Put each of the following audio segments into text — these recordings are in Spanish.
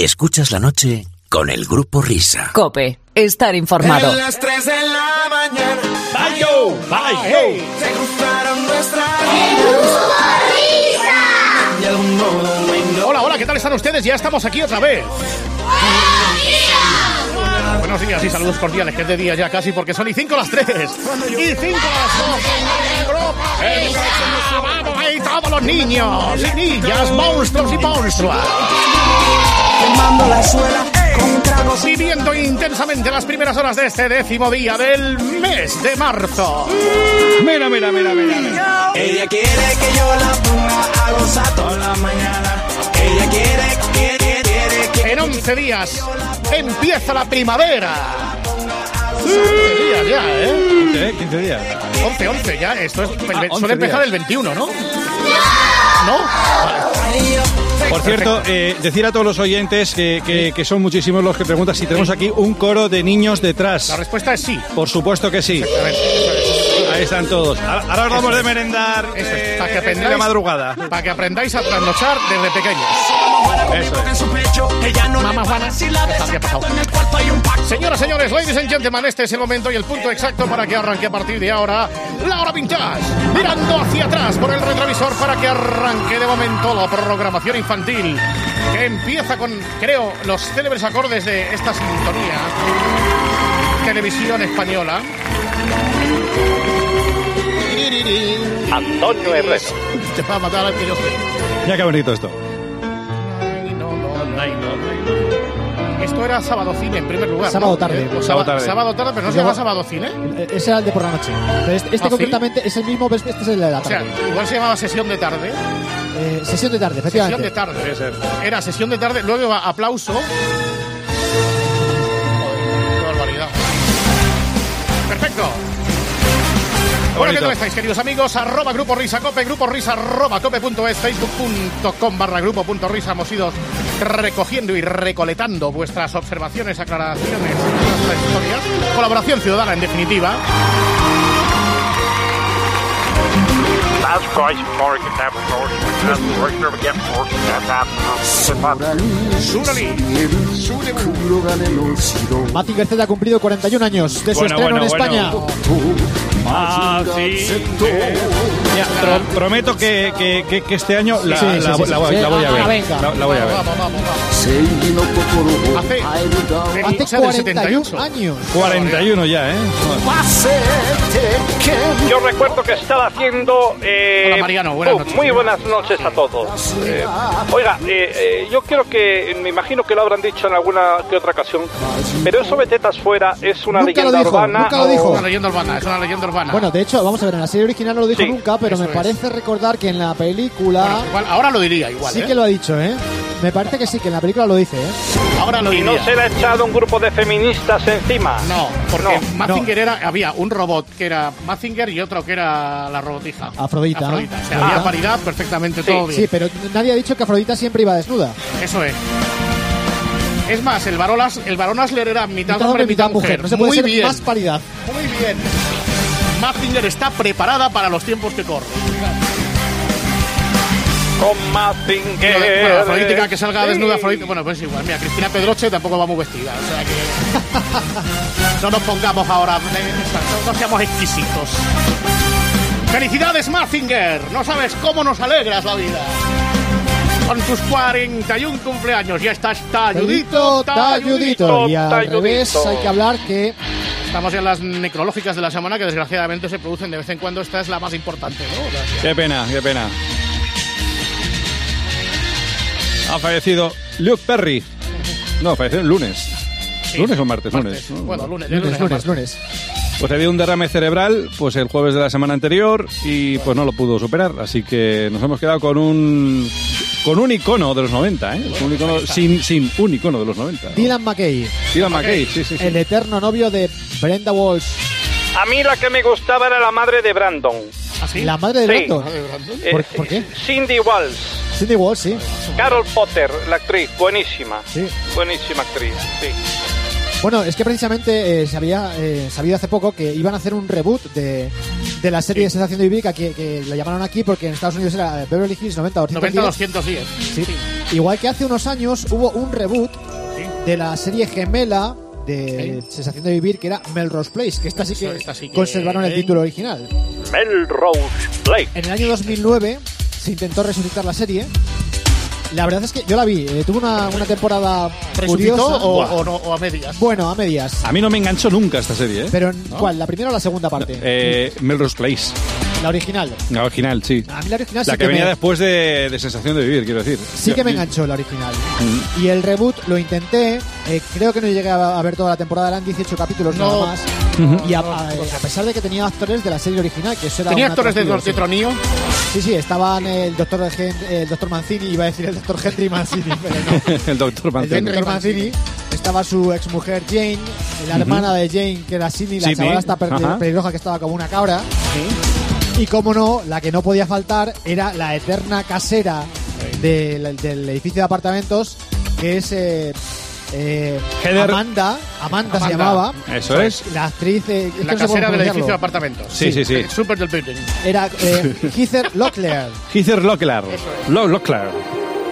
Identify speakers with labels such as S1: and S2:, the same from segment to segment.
S1: Escuchas la noche con el grupo Risa.
S2: Cope, estar informado.
S3: En las 3 de la mañana
S4: Bye, yo. Bye, yo.
S3: se cruzaron nuestras vidas. De algún modo me ignoró.
S4: Hola, hola, ¿qué tal están ustedes? Ya estamos aquí otra vez. Buenos días y saludos cordiales, que es de día ya casi porque son y 5 las 3 y 5 las 2. ¡Vamos ahí todos los niños y niñas, monstruos y monstruas!
S3: Quemando la suela con tragos y
S4: Viviendo intensamente las primeras horas de este décimo día del mes de marzo. Mira, mira, mira, mira. mira.
S3: Ella quiere que yo la ponga a gozar toda la mañana. Ella quiere, quiere, quiere, quiere.
S4: En 11 días empieza la primavera. 11 días ya, ¿eh?
S5: ¿Eh? 15 días.
S4: 11, 11, ya. Esto es, suele
S5: 11
S4: empezar
S5: días.
S4: el 21, ¿no? ¿No?
S5: Por cierto, eh, decir a todos los oyentes que, que- que son muchísimos los que preguntan si tenemos aquí un coro de niños
S4: La
S5: detrás.
S4: respuesta es sí.
S5: Por supuesto que sí.
S4: A ver, eso es.
S5: Ahí están todos. Ahora ahora os vamos de merendar
S4: Eso
S5: eh,
S4: es, para que
S5: de
S4: aprendáis.
S5: la madrugada.
S4: Para que aprendáis a trasnochar desde pequeños.
S5: Eso
S3: En su pecho, ella no
S4: Mamá
S3: le
S4: Juana,
S3: para si la
S4: ¿qué tal? ¿Qué ha pasado?
S3: desata. En el cuarto hay un pacto.
S4: Señoras, señores, ladies and gentlemen, este es el momento y el punto exacto para que arranque a partir de ahora la hora vintage. Mirando hacia atrás por el retrovisor para que arranque de momento la programación infantil. Que empieza con, creo, los célebres acordes de esta sintonía. Televisión española.
S6: Antonio Herrero.
S4: Te va a matar al que yo sé.
S5: es. Ya qué bonito esto.
S4: Ay, no, no, no, no. Esto era sábado cine en primer lugar.
S7: Sábado
S4: ¿no?
S7: tarde.
S4: Eh, o
S5: Sábado
S4: sábado tarde.
S5: tarde.
S4: Sábado tarde, pero no se
S7: Yo-
S4: llama sábado cine.
S7: Eh, Ese era el de por la noche. Pero este este
S4: ¿Ah, sí?
S7: concretamente es el mismo, pero este es el de la
S4: O sea,
S7: tarde.
S4: igual se llamaba sesión de tarde.
S7: Eh, sesión de tarde,
S4: Sesión de
S7: efectivamente.
S4: tarde. Era sesión de tarde, luego iba aplauso. Joder, qué barbaridad. Perfecto. Bueno, ¿qué
S5: bonito.
S4: tal estáis, queridos amigos? Arroba Grupo Risa Cope, Grupo Risa, arroba cope.es, facebook.com barra Grupo punto Risa. Hemos ido recogiendo y recoletando vuestras observaciones, aclaraciones, vuestras historias. Colaboración ciudadana, en definitiva.
S6: Las cosas por que te por las director que por que
S4: Súrali.
S7: Mati Garcet ha cumplido 41 años de su
S5: Bueno, bueno,
S7: estreno en España.
S5: bueno. Mira, pro- prometo que, que- que- que este año la,
S7: Sí, sí,
S5: la-
S7: sí, sí,
S5: la voy
S7: sí.
S5: la voy a
S7: Ah,
S5: ver.
S7: venga.
S5: La, la voy a ver.
S4: Vamos, vamos, vamos. Hace,
S7: Hace
S4: o sea, del 78.
S7: 41 años.
S5: 41 ya, ¿eh?
S6: Yo recuerdo que estaba haciendo. eh,
S4: Hola, Mariano, buenas noches.
S6: Muy buenas noches a todos. Eh, oiga, eh, eh, yo creo que. Me imagino que lo habrán dicho en alguna que otra ocasión. Pero eso de tetas fuera es una
S7: Nunca lo
S6: leyenda
S7: dijo,
S6: urbana.
S7: nunca lo
S6: o-
S4: Es
S7: dijo.
S4: una leyenda urbana, es una leyenda urbana.
S7: Bueno, de hecho, vamos a ver, en la serie original no lo dijo
S6: Sí,
S7: nunca, pero
S4: eso
S7: me
S4: es.
S7: parece recordar que en la película
S4: Igual, ahora lo diría, igual.
S7: sí
S4: ¿eh?
S7: que lo ha dicho, ¿eh? Me parece que sí, que en la película lo dice, ¿eh?
S4: Ahora lo
S6: Y
S4: diría.
S6: no se le ha echado un grupo de feministas encima.
S4: No, porque
S6: No,
S4: Mazinger era, había un robot que era Mazinger y otro que era la robotija.
S7: Afrodita.
S4: Afrodita. O sea,
S7: Afrodita.
S4: había paridad perfectamente
S6: Sí.
S4: todo bien.
S7: Sí, pero nadie ha dicho que Afrodita siempre iba desnuda.
S4: Eso es. Es más, el varón, As- el varón Asler era mitad, hombre, mitad mujer.
S7: No se puede
S4: Muy
S7: ser
S4: bien.
S7: más paridad.
S4: Muy bien. Mazinger está preparada para los tiempos que corren.
S6: Con Mazinger.
S7: Eh,
S4: Bueno, Afrodita que salga
S6: Sí.
S4: desnuda, Afrodita. Bueno, pues igual. Mira, Cristina Pedroche tampoco va muy vestida. O sea que. no nos pongamos ahora. No, no seamos exquisitos. ¡Felicidades, Mazinger! No sabes cómo nos alegras la vida. Con tus 41 cumpleaños. Ya estás talludito,
S7: Talludito, talludito. Y al
S6: talludito.
S7: revés, hay que hablar que
S4: Estamos en las necrológicas de la semana que desgraciadamente se producen de vez en cuando. Esta es la más importante, ¿no? O sea,
S5: Qué pena, qué pena. Ha fallecido Luke Perry. No, falleció el lunes. ¿Lunes o martes?
S4: martes.
S5: Lunes. ¿no?
S4: Bueno, lunes. de
S7: lunes,
S4: a
S7: lunes, lunes.
S5: Pues había un derrame cerebral pues el jueves de la semana anterior y pues no lo pudo superar. Así que nos hemos quedado con un con un icono de los 90, ¿eh? un icono, sin, sin un icono de los 90. ¿no?
S7: Dylan McKay,
S5: Dylan McKay, sí, sí, sí.
S7: el eterno novio de Brenda Walsh,
S6: A mí la que me gustaba era la madre de Brandon.
S4: martes. ¿Así?
S7: la madre de
S6: Sí.
S7: Brandon.
S6: Eh,
S7: ¿Por, por qué?
S6: Cindy Walsh.
S7: Cindy Walsh, sí.
S6: Carol Potter, la actriz, buenísima.
S7: Sí.
S6: Buenísima actriz, sí.
S7: Bueno, es que precisamente eh, se había eh, sabido hace poco que iban a hacer un reboot de, de de la serie Sensación de Vivir que, que la llamaron aquí porque en Estados Unidos era Beverly Hills 90 o 110.
S4: 90-210.
S7: Sí. Igual que hace unos años hubo un reboot de la serie gemela de Sensación de Vivir que era Melrose Place, que esta sí que,
S4: Eso, esta sí que-
S7: conservaron el
S4: eh.
S7: título original.
S6: Melrose Blake.
S7: En el año 2009 se intentó resucitar la serie. La verdad es que yo la vi, eh, tuvo una, una temporada
S4: ¿Resucitó
S7: curiosa.
S4: o, o no, o a medias?
S7: Bueno, a medias.
S5: A mí no me enganchó nunca esta serie, ¿eh?
S7: Pero en- ¿cuál? ¿La primera o la segunda parte?
S5: Eh, Melrose Place,
S7: la original.
S5: la original, sí.
S7: A mí la original
S5: La
S7: Ah,
S5: que
S7: sí que
S5: venía
S7: me-
S5: después de, de Sensación de Vivir, quiero decir.
S7: Sí que me enganchó la original. Y el reboot lo intenté. eh, creo que no llegué a a ver toda la temporada, eran 18 capítulos
S4: No.
S7: nada más. y a, a- eh, a pesar de que tenía actores de la serie original, que eso era
S4: ¿Tenía
S7: una
S4: actores de,
S7: atractivo,
S4: de Tronío?
S7: sí. sí, sí, estaban el doctor, el doctor Mancini, iba a decir el doctor Henry Mancini, pero no.
S5: el doctor
S7: El doctor
S5: Mancini.
S4: Henry
S7: Mancini. Estaba su exmujer Jane, la hermana de Jane, que era Sidney, la
S5: Sidney,
S7: chavala esta per-
S5: ajá.
S7: pelirroja que estaba como una cabra. Y como no, la que no podía faltar era la eterna casera del, del edificio de apartamentos, que es eh, eh,
S5: Heather-
S7: Amanda, Amanda,
S4: Amanda.
S7: se llamaba.
S5: Eso es.
S7: La actriz... eh, es que
S4: La
S7: no
S4: casera
S7: sé cómo
S4: del
S7: pronunciarlo.
S4: edificio de apartamentos.
S5: Sí, sí, sí.
S4: El super del building.
S7: Era eh, Heather Locklear.
S5: Heather Locklear. Lo- Locklear.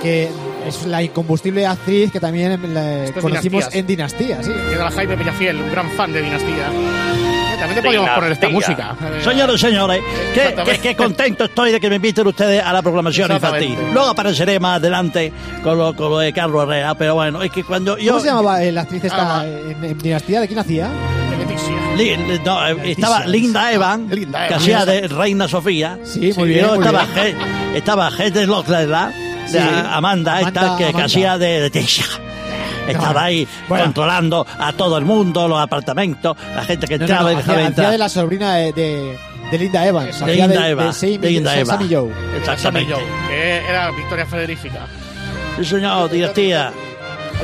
S7: que es la incombustible actriz que también eh,
S4: Esto es
S7: conocimos
S4: Dinastías.
S7: en Dinastía, sí.
S4: Queda Jaime Villafiel, un gran fan de Dinastía. Eh, También le podríamos poner esta música. Eh,
S8: Señores y señores, que,
S4: Exactamente.
S8: que- que contento estoy de que me inviten ustedes a la programación
S4: Exactamente.
S8: infantil. Luego apareceré más adelante con lo, con lo de Carlos Herrera, pero bueno, es que cuando yo...
S7: ¿Cómo se llamaba eh, la actriz esta
S4: Ah,
S7: en, en Dinastía? ¿De quién hacía?
S4: de Leticia.
S8: Li- li- no, eh, estaba
S7: Leticia.
S8: Linda Evan,
S7: Ah,
S4: Linda
S8: que
S4: Evan.
S8: hacía de Reina Sofía.
S7: Sí, muy
S8: Y
S7: bien,
S8: luego
S7: muy
S8: estaba,
S7: bien.
S8: He- estaba Heather Locklear, de
S7: Sí.
S8: a- Amanda, esta
S7: Amanda,
S8: que, que
S7: Amanda.
S8: hacía de, de Tisha.
S7: No,
S8: Estaba ahí
S7: bueno.
S8: controlando a todo el mundo, los apartamentos, la gente que
S7: No, no,
S8: entraba
S7: no,
S8: y
S7: hacía,
S8: dejaba
S7: hacía
S8: entrar.
S7: de la sobrina de, de- de Linda Evans.
S8: De
S7: hacía
S8: Linda Eva.
S7: de Sammy-
S8: de Linda Eva.
S7: Sammy Joe.
S8: Exactamente.
S4: Que era Victoria Federifica.
S8: Sí, señor, dinastía.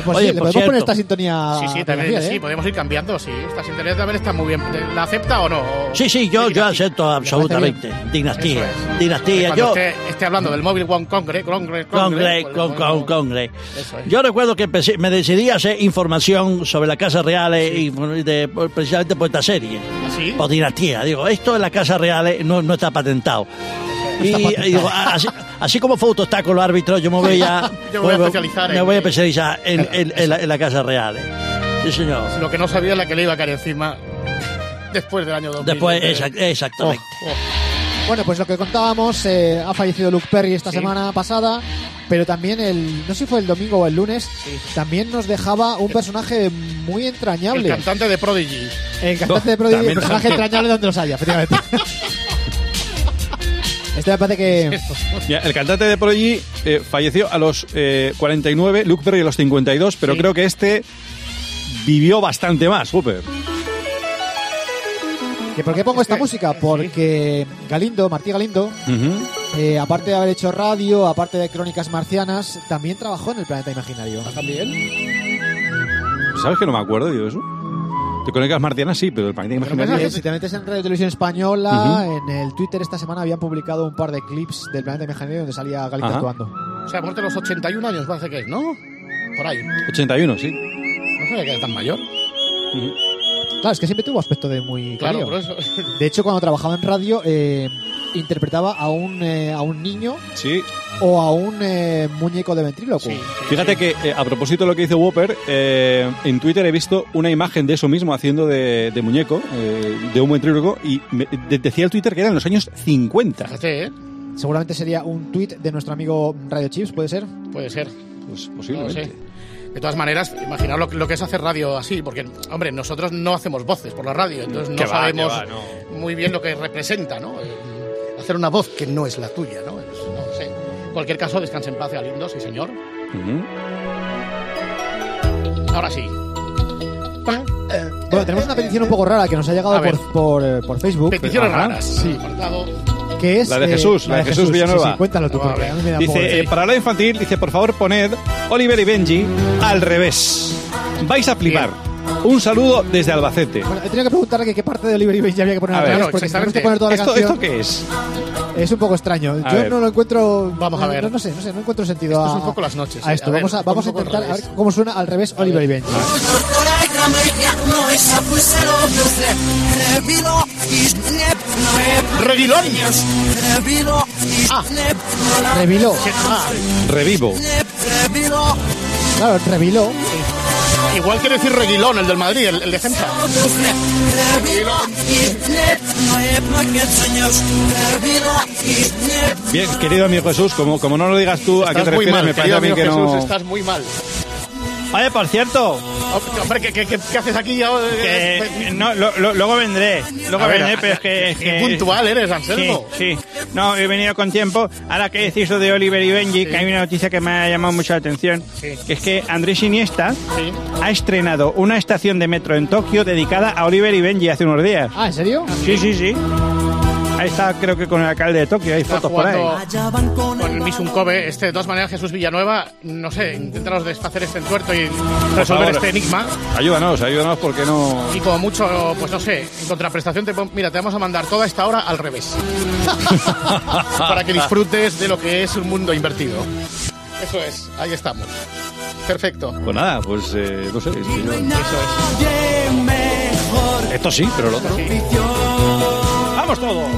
S7: Pues
S8: Oye,
S7: sí, le
S8: por
S7: podemos
S8: cierto.
S7: poner esta sintonía.
S4: Sí, sí,
S7: a
S4: también.
S7: Dinastía,
S4: Sí, pues.
S7: ¿eh?
S4: podemos ir cambiando. Sí, esta sintonía también está muy bien. ¿La acepta o no?
S8: Sí, sí, yo, yo acepto absolutamente.
S4: Eso
S8: Dinastía.
S4: es.
S8: Dinastía.
S4: Cuando
S8: Yo.
S4: esté, esté hablando del móvil One Congre, Congre,
S8: Congre,
S4: pues,
S8: con, con,
S4: bueno,
S8: congre.
S4: Eso es.
S8: Yo recuerdo que empecé- me decidí a hacer información sobre la Casa Real eh, precisamente por esta serie.
S4: ¿Así?
S8: Por dinastía. Digo, esto en la Casa Real eh, no, no está patentado. Y, y digo, a- así, así como fue autoobstáculo árbitro, yo me voy a,
S4: Yo me voy a especializar en-
S8: me voy a especializar en, en- en la, en la Casa Real. Sí, señor.
S4: Lo que no sabía es la que le iba a caer encima después del año 2000.
S8: Después,
S4: Eh,
S8: exact- exactamente.
S4: oh, oh.
S7: Bueno, pues lo que contábamos, eh, ha fallecido Luke Perry esta
S4: Sí.
S7: semana pasada, pero también el. No sé si fue el domingo o el lunes, también nos dejaba un personaje muy
S4: El
S7: entrañable.
S4: cantante de Prodigy.
S7: El cantante de Prodigy,
S5: También-
S7: el personaje entrañable donde los haya, efectivamente. Este me parece que.
S5: Mira, el cantante de Prodigy eh, falleció a los eh, 49, Luke Perry a los 52, pero creo que este vivió bastante más, Cooper.
S7: ¿Que ¿Por qué pongo esta música? Porque Galindo, Martí Galindo,
S5: Ujú.
S7: Eh, aparte de haber hecho radio, aparte de Crónicas Marcianas, también trabajó en el Planeta Imaginario.
S4: ¿Ah,
S7: Pues
S4: También.
S5: ¿Sabes que no me acuerdo yo de eso? Te conectas Martiana, sí, pero el planeta imaginario.
S7: Eh, si te metes en Radio Televisión Española, en el Twitter esta semana habían publicado un par de clips del Planeta Imaginario donde salía Galindo
S5: Ajá.
S7: actuando.
S4: O sea, muerto a los 81 años, parece que es, ¿no? Por ahí.
S5: 81, sí.
S4: No sabía que era tan mayor.
S7: Claro, es que siempre tuvo aspecto de muy
S4: Claro,
S7: crío.
S4: por eso.
S7: De hecho, cuando trabajaba en radio, eh, interpretaba a un, eh, a un niño
S5: Sí.
S7: o a un eh, muñeco de ventríloco.
S4: Sí, sí,
S5: Fíjate
S4: sí.
S5: que, eh, a propósito de lo que dice Whopper, eh, en Twitter he visto una imagen de eso mismo haciendo de, de muñeco, eh, de un ventríloco, y me- de- decía el Twitter que era en los años 50.
S4: Fíjate, ¿eh?
S7: Seguramente sería un tweet de nuestro amigo Radio Chips, ¿puede ser?
S4: Puede ser.
S5: Pues
S4: No lo
S5: posiblemente.
S4: sé. De todas maneras, imaginaos lo, lo que es hacer radio así, porque, hombre, nosotros no hacemos voces por la radio, entonces no
S5: Que va,
S4: sabemos
S5: que va, no.
S4: muy bien lo que representa, ¿no? Eh, Hacer una voz que no es la tuya, ¿no? Es- no sé. En cualquier caso, descanse en paz, Galindo, sí, señor.
S5: Ujú.
S4: Ahora sí. Pa, eh,
S7: Bueno, tenemos una petición un poco rara que nos ha
S4: A
S7: llegado
S4: ver.
S7: por, por, eh, por Facebook.
S4: Peticiones
S5: Ajá.
S4: raras.
S7: Sí.
S4: Apartado.
S7: que es
S5: La de
S7: eh,
S5: Jesús, la de Jesús
S7: sí,
S5: Villanueva.
S7: sí, cuéntalo tú,
S4: Vale.
S7: porque a mí me da un poco
S5: Dice,
S7: de-
S5: eh, para la infantil, dice, por favor, poned Oliver y Benji al revés. Vais a flipar. Un saludo desde Albacete.
S7: Bueno, he tenido que preguntarle que qué parte de Oliver y Benji había que poner
S5: A
S7: al
S5: ver,
S7: revés,
S4: no,
S7: porque si tenemos que
S4: exactamente.
S7: poner toda la
S5: ¿Esto,
S7: canción
S5: esto qué es?
S7: es un poco extraño. Yo
S5: A ver.
S7: no lo encuentro...
S4: Vamos a
S7: no-
S4: ver.
S7: No, sé, no sé, no encuentro sentido
S4: Esto
S7: a...
S4: es un poco las noches,
S7: A
S4: eh.
S7: esto,
S4: A ver,
S7: vamos, a,
S4: un
S7: vamos a
S4: poco al
S7: intentar a
S4: revés.
S7: ver cómo suena al revés Oliver y Benji.
S9: Programa yapma hesapı sen olsun. Revilo izlenip
S4: Reguilón.
S7: Ah. Reviló.
S4: Ah,
S5: Revivo.
S7: Claro, reviló.
S4: igual quiere decir Reguilón, el del Madrid, el, el defensa.
S5: Bien, querido amigo Jesús, como, como no lo digas tú, ¿a qué
S4: Estás
S5: te
S4: muy
S5: refieres?
S4: mal,
S5: Me parece
S4: querido
S5: a mí
S4: amigo
S5: que
S4: Jesús,
S5: no...
S4: estás muy mal.
S6: Oye, por cierto,
S4: Hombre, ¿qué, qué, qué- qué haces aquí ya?
S6: que no, lo- lo- luego vendré. Luego
S4: A ver,
S6: vendré, pero es que. es
S4: Qué
S6: que-
S4: puntual eres, Anselmo.
S6: Sí, sí. No, he venido con tiempo. Ahora que decís lo de Oliver y Benji, que hay una noticia que me ha llamado mucho la atención, que es que Andrés Iniesta
S4: Sí.
S6: ha estrenado una estación de metro en Tokio dedicada a Oliver y Benji hace unos días.
S7: Ah, ¿en serio?
S6: Sí, sí, sí. Ahí está, creo que con el alcalde de Tokio, hay
S4: Está
S6: fotos por ahí.
S4: jugando con el Misun Kobe. Este, de todas maneras, Jesús Villanueva, no sé, intentaros deshacer este entuerto y resolver
S5: favor.
S4: este enigma.
S5: Ayúdanos, ayúdanos porque no...
S4: Y como mucho, pues no sé, en contraprestación, te, pon- mira, te vamos a mandar toda esta hora al revés. Para que disfrutes de lo que es un mundo invertido. Eso es, ahí estamos. Perfecto.
S5: Pues nada, pues eh, no sé. es que yo- Esto sí, pero lo otro. ¡Vamos todos!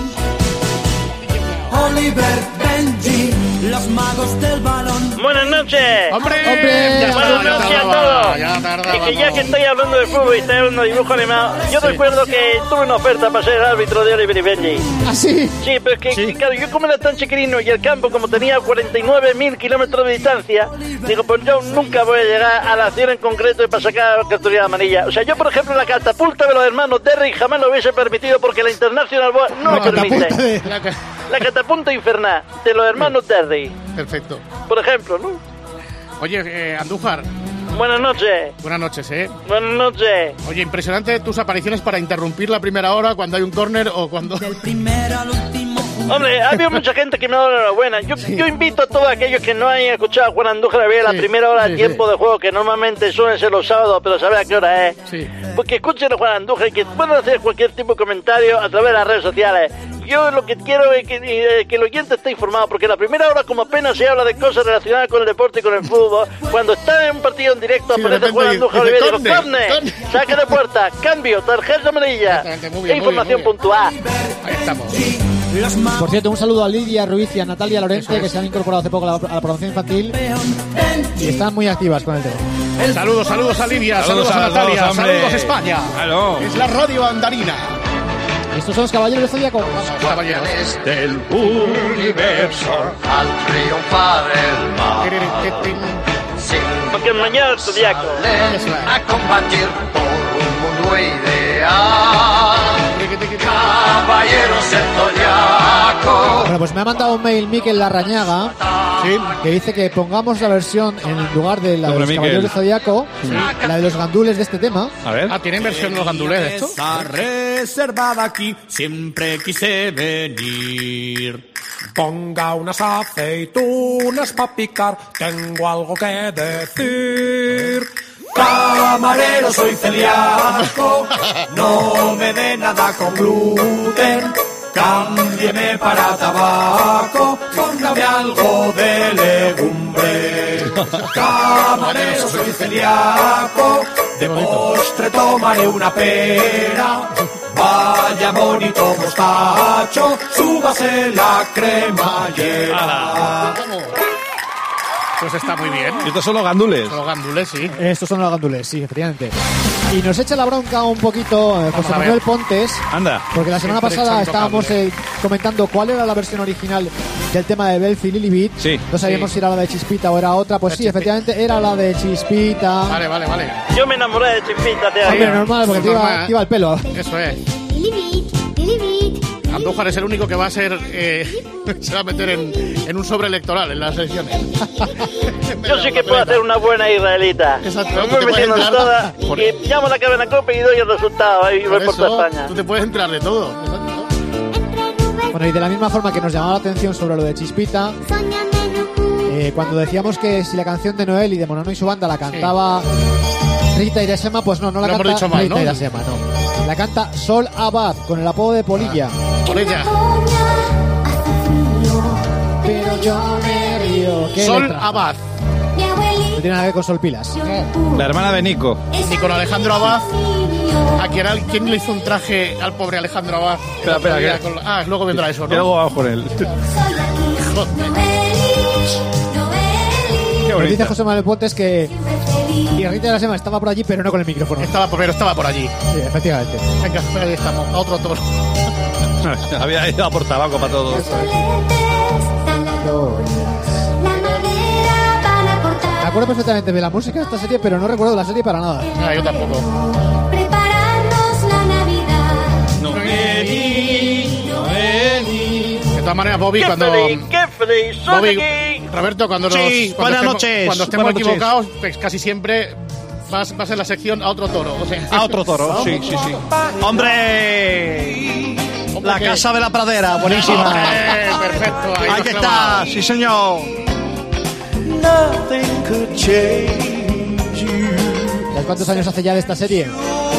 S10: Oliver Benji, los magos del balón.
S11: Buenas noches.
S4: ¡Hombre!
S7: ¡Hombre!
S4: Ah, Ya tardaba,
S11: Buenas noches a
S4: tardaba,
S11: todos.
S4: ya
S11: Es que ya que
S4: tardábamos.
S11: estoy hablando de fútbol y estoy hablando de dibujo animado, yo recuerdo que tuve una oferta para ser árbitro de Oliver y Benji.
S7: Ah, sí.
S11: Sí, pero es que, claro, yo como era tan chiquirino y el campo como tenía 49.000 kilómetros de distancia, digo, pues yo nunca voy a llegar a la acción en concreto y para sacar la cartulina amarilla. O sea, yo, por ejemplo, la catapulta de los hermanos Derry jamás lo hubiese permitido porque la International Board no
S7: La
S11: lo permite.
S7: catapulta de-
S4: Ya que-
S11: La catapulta infernal de los hermanos Derry,
S4: Perfecto.
S11: por ejemplo, ¿no?
S4: Oye, eh, Andújar,
S11: Buenas noches.
S4: buenas noches, ¿eh?
S11: Buenas noches.
S4: Oye, impresionante tus apariciones para interrumpir la primera hora cuando hay un córner o cuando...
S11: Hombre, ha habido mucha gente que me ha dado la enhorabuena. Yo, yo invito a todos aquellos que no hayan escuchado a Juan Andújar a ver la
S4: Sí,
S11: primera hora
S4: sí,
S11: de tiempo de juego, que normalmente suelen ser los sábados, pero saber a qué hora es.
S4: Sí.
S11: Porque escuchen a Juan Andújar y que puedan hacer cualquier tipo de comentario a través de las redes sociales. Yo lo que quiero es que, eh, que el oyente esté informado, porque la primera hora, como apenas se habla de cosas relacionadas con el deporte y con el fútbol, cuando está en un partido en directo
S4: Sí, de
S11: aparece
S4: repente
S11: Juan
S4: dice,
S11: Andújar y digo,
S4: "Córner,
S11: ¡Corne!
S4: córner".
S11: ¡Saque de puerta! ¡Cambio! ¡Tarjeta amarilla!
S4: Exactamente, muy bien, muy bien,
S11: E información
S4: muy bien.
S11: puntual.
S4: Ahí estamos.
S7: Por cierto, un saludo a Lidia Ruiz y a Natalia Lorente, que se han incorporado hace poco a la, a la promoción infantil. Y están muy activas con el tema.
S4: Saludos, saludos a Lidia, saludos,
S5: Saludos
S4: a
S5: a los dos,
S4: Natalia,
S5: hombre.
S4: saludos España.
S5: Aló.
S4: Es la radio andarina.
S7: Estos son los caballeros de Zodíaco.
S4: Caballeros.
S5: Del universo.
S12: Al triunfar el mal, sin
S11: Porque mañana es tu diaco.
S12: salen a combatir por un mundo ideal. Caballero zodiaco,
S7: Bueno, pues me ha mandado un mail Miquel Larrañaga, que dice que pongamos la versión en lugar de la de
S5: Hombre,
S7: los caballeros
S5: Miquel.
S7: de Zodíaco, la de los gandules de este tema.
S5: A ver.
S4: Ah, ¿tienen versión los gandules de esto?
S9: Está reservada aquí, siempre quise venir. Ponga unas aceitunas para picar, tengo algo que decir. Camarero, soy celíaco, no me dé nada con gluten. Cámbieme para tabaco, póngame algo de legumbre. Camarero, soy celíaco, de postre tomaré una pera. Vaya bonito mostacho, súbase la cremallera.
S4: Pues está muy bien.
S5: Y Estos son los gandules.
S4: Los gandules, sí.
S7: Estos son los gandules, sí, efectivamente. Y nos echa la bronca un poquito eh, José
S4: a ver.
S7: Manuel Pontes,
S5: Anda.
S7: Porque la semana
S4: Siempre
S7: pasada
S4: echando
S7: estábamos
S4: cable.
S7: eh, comentando cuál era la versión original del tema de Belfi Lilibit.
S5: Sí.
S7: No sabíamos
S4: Sí.
S7: si era la de Chispita o era otra. Pues
S4: La
S7: sí,
S4: Chispita.
S7: efectivamente era la de Chispita.
S4: Vale, vale, vale.
S11: Yo me enamoré de Chispita, te
S7: Hombre,
S11: digo.
S7: normal, porque te iba,
S4: Normal.
S7: te iba el pelo.
S4: Eso es. Andújar es el único que va a ser. eh, se va a meter en, en un sobre electoral en las elecciones.
S11: Yo sí que puedo hacer una buena israelita.
S4: Exacto,
S11: Me
S4: tú te
S11: voy metiendo
S4: puedes
S11: en
S4: dar-
S11: todas
S4: Por-
S11: y llamo a la cabana copa y doy el resultado. Y
S4: Por
S11: voy por toda
S4: eso,
S11: España.
S4: tú te puedes entrar de todo. Exacto.
S7: Bueno, y de la misma forma que nos llamaba la atención sobre lo de Chispita, eh, cuando decíamos que si la canción de Noel y de Monono y su banda la cantaba Rita Irasema, pues no, no la
S4: Lo hemos
S7: canta
S4: dicho mal,
S7: Rita
S4: ¿no?
S7: Irasema, no. La canta Sol Abad con el apodo de Polilla.
S4: Por ella.
S7: Pero yo me río. ¿Qué
S4: Sol
S7: letra?
S4: Abad.
S7: No tiene nada que ver con Sol Pilas.
S5: La hermana de Nico.
S4: Y con Alejandro Abad. ¿A quién, al- quién le hizo un traje al pobre Alejandro Abad?
S5: Espera, espera, que-
S4: Con la- Ah, luego vendrá eso,
S5: Y luego
S4: ¿no?
S5: vamos con él. Qué
S7: Nos dice
S5: bonita.
S7: José Manuel Pontes que y Rita de la Sema estaba por allí, pero no con el micrófono.
S4: Estaba por, pero estaba por allí.
S7: Sí, efectivamente.
S4: Venga, ahí estamos, a otro toro.
S5: Había ido a por tabaco para todos.
S7: Me acuerdo perfectamente de la música de esta serie, pero no recuerdo la serie para nada.
S4: Ah, yo tampoco. De todas maneras, Bobby,
S13: ¡Qué
S4: cuando.
S13: feliz, qué feliz soy
S4: Bobby,
S13: aquí!
S4: Roberto, cuando nos.
S14: Sí,
S4: cuando
S14: buenas
S4: estemos-
S14: noches,
S4: Cuando estemos
S14: buenas noches.
S4: equivocados, pues, casi siempre vas, vas en la sección a otro toro. o sea-
S14: A otro toro, sí, sí, sí. ¡Hombre! La
S4: ¿qué?
S14: casa de la pradera, buenísima.
S4: Eh, perfecto. ahí
S14: Ahí
S4: lo
S14: que está,
S4: clavamos.
S14: sí señor.
S7: ¿Sabes cuántos años hace ya de esta serie?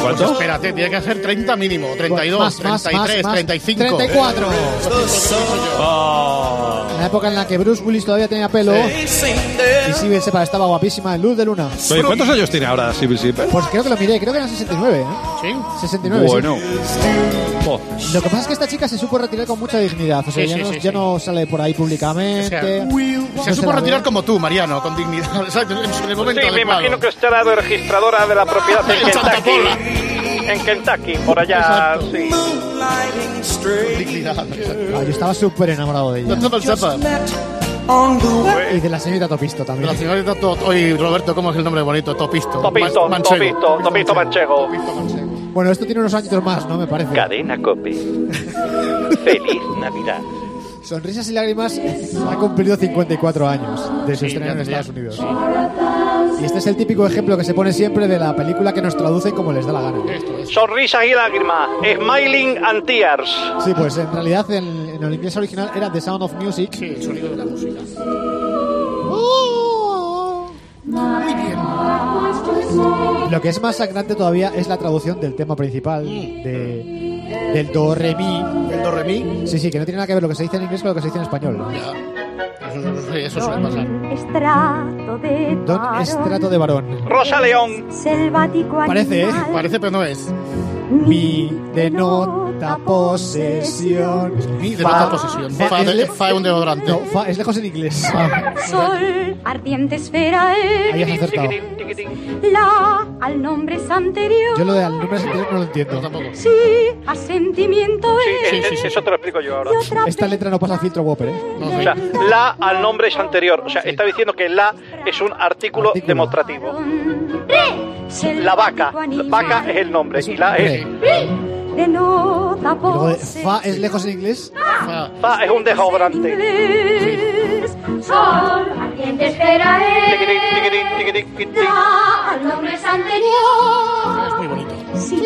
S4: Pues espérate, tiene que hacer 30 mínimo. 32,
S7: Pues Más, más,
S4: 33,
S7: más, más.
S4: 35.
S7: 34.
S4: Eh.
S7: La época en la que Bruce Willis todavía tenía pelo y Sibyl Separ estaba guapísima en Luz de Luna.
S5: Oye, ¿cuántos años tiene ahora Civil Zipper?
S7: Pues creo que lo miré, creo que eran 69, ¿eh?
S4: Sí.
S7: 69, sí.
S5: Bueno. Jo.
S7: Lo que pasa es que esta chica se supo retirar con mucha dignidad. O sea,
S4: Sí,
S7: ya,
S4: sí,
S7: no,
S4: sí,
S7: ya
S4: sí.
S7: no sale por ahí
S4: O sea,
S7: públicamente. No
S4: Pues se
S7: la
S4: supo
S7: ve.
S4: retirar como tú, Mariano, con dignidad. Exacto, en el momento
S6: Sí, me
S4: adecuado.
S6: imagino que usted era de registradora de la propiedad en
S4: En Santa
S6: Kentucky.
S4: Pola.
S6: En Kentucky, por allá,
S4: Exacto.
S6: sí.
S4: Dignidad.
S7: Ah, yo estaba súper enamorado de ella.
S4: No te sepa.
S7: Y de la señorita Topisto también.
S4: La señorita To- Oye, Roberto, ¿cómo es el nombre bonito? Topisto.
S6: Topito,
S4: Man- Manchego.
S6: Topito, Topito Manchego.
S4: Topisto Manchego.
S7: Bueno, esto tiene unos añitos más, ¿no? Me parece.
S13: Cadena Cope. Feliz Navidad.
S7: Sonrisas y lágrimas ha cumplido 54 años de
S4: Sí,
S7: su estreno en
S4: ya tendría-
S7: Estados Unidos. Y este es el típico ejemplo que se pone siempre de la película que nos traduce como les da la gana.
S4: Esto es.
S6: Sonrisas y lágrimas. Smiling and tears.
S7: Sí, pues en realidad en, en el inglés original era The Sound of Music.
S4: Sí, el sonido de la música.
S7: Lo que es más sangrante todavía es la traducción del tema principal de, del do re mi.
S4: Mm. El do re mi.
S7: Sí, sí, que no tiene nada que ver lo que se dice en inglés con lo que se dice en español.
S4: Ya. Eso, eso- eso suele pasar.
S9: Estrato de
S7: Don es trato de varón.
S6: Rosa León.
S9: selvático
S7: Parece, ¿eh?
S9: animal,
S4: Parece, pero no es.
S7: Mi denota posesión.
S4: Mi de
S7: Fa-
S4: nota posesión.
S7: fa-
S4: Fa,
S7: es
S4: de-
S7: le-
S4: fa es un deodorante. Ah.
S7: No, fa- es lejos en inglés.
S9: Sol, ardiente esfera
S7: Ahí
S9: es
S7: has acertado.
S9: la al nombre es anterior.
S7: Yo lo del nombre anterior no lo
S4: No,
S7: entiendo.
S4: tampoco.
S9: Sí, a sentimiento es
S6: Eh, eh, Eso te lo explico yo ahora.
S9: y otra
S7: Esta letra no pasa filtro Whopper, ¿eh?
S4: No
S6: O
S4: sé.
S6: sea, la al nombre es anterior. O sea, está diciendo que la es un artículo,
S7: Artículo.
S6: demostrativo.
S9: Selvático
S6: La vaca. La
S9: animal,
S6: vaca es el nombre y la es.
S9: denota
S7: Y
S4: eh,
S8: Oh,
S7: luego de fa
S9: posesión.
S7: es lejos en inglés.
S4: Fa.
S6: fa es un desobrante.
S9: Inglés. Sol, ardiente esfera
S6: Tiquitín,
S9: es
S6: tiquitín, tiquitín, tiquitín.
S9: la al nombre es anterior.
S4: Es muy bonito.
S9: Sí,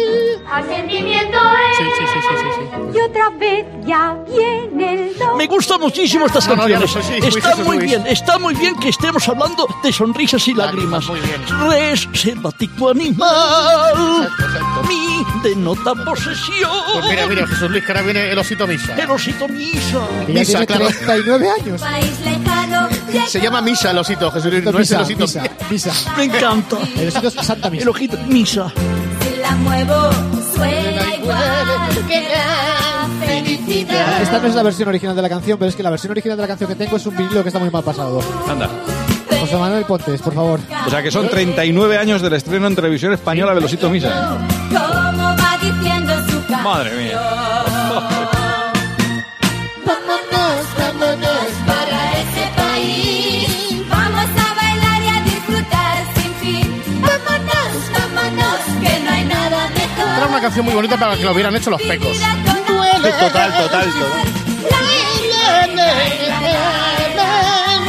S9: al sentimiento es
S4: Sí, sí, sí, sí, sí. sí.
S9: Y otra vez ya viene el do.
S11: Me gustan muchísimo estas
S4: No, no, ya lo
S11: canciones.
S4: sé, sí, Luis,
S11: está
S4: eso es
S11: muy
S4: Luis.
S11: bien, está muy bien que estemos hablando de sonrisas y lágrimas.
S4: Lágrimas, muy bien.
S11: Reservatico animal,
S4: Exacto, exacto.
S11: mi denota posesión.
S4: Pues mira, mira, Jesús Luis, que ahora viene el osito misa.
S11: El osito misa.
S7: Que ya
S4: Misa,
S7: tiene
S4: claro.
S7: 39 años.
S9: País lejano,
S4: Se llama misa el osito, Jesús Luis, no es el
S7: Misa,
S4: osito.
S7: misa, misa.
S11: Me encanta.
S7: El osito es Santa
S11: El
S7: Misa.
S11: ojito misa.
S9: si la muevo, suena igual que la felicidad.
S7: Esta no es la versión original de la canción, pero es que la versión original de la canción que tengo es un vinilo que está muy mal pasado.
S5: Anda.
S7: José Manuel Pontes, por favor.
S5: O sea que son 39 años del estreno en televisión española de Losito Misa.
S9: Como va diciendo su canción.
S5: Madre mía.
S9: Vámonos, vámonos para ese país. Vamos a bailar y a disfrutar sin fin. Vámonos, vámonos, que no hay nada mejor.
S4: Era una canción muy bonita para que lo hubieran hecho los pecos.
S11: Total, total, total.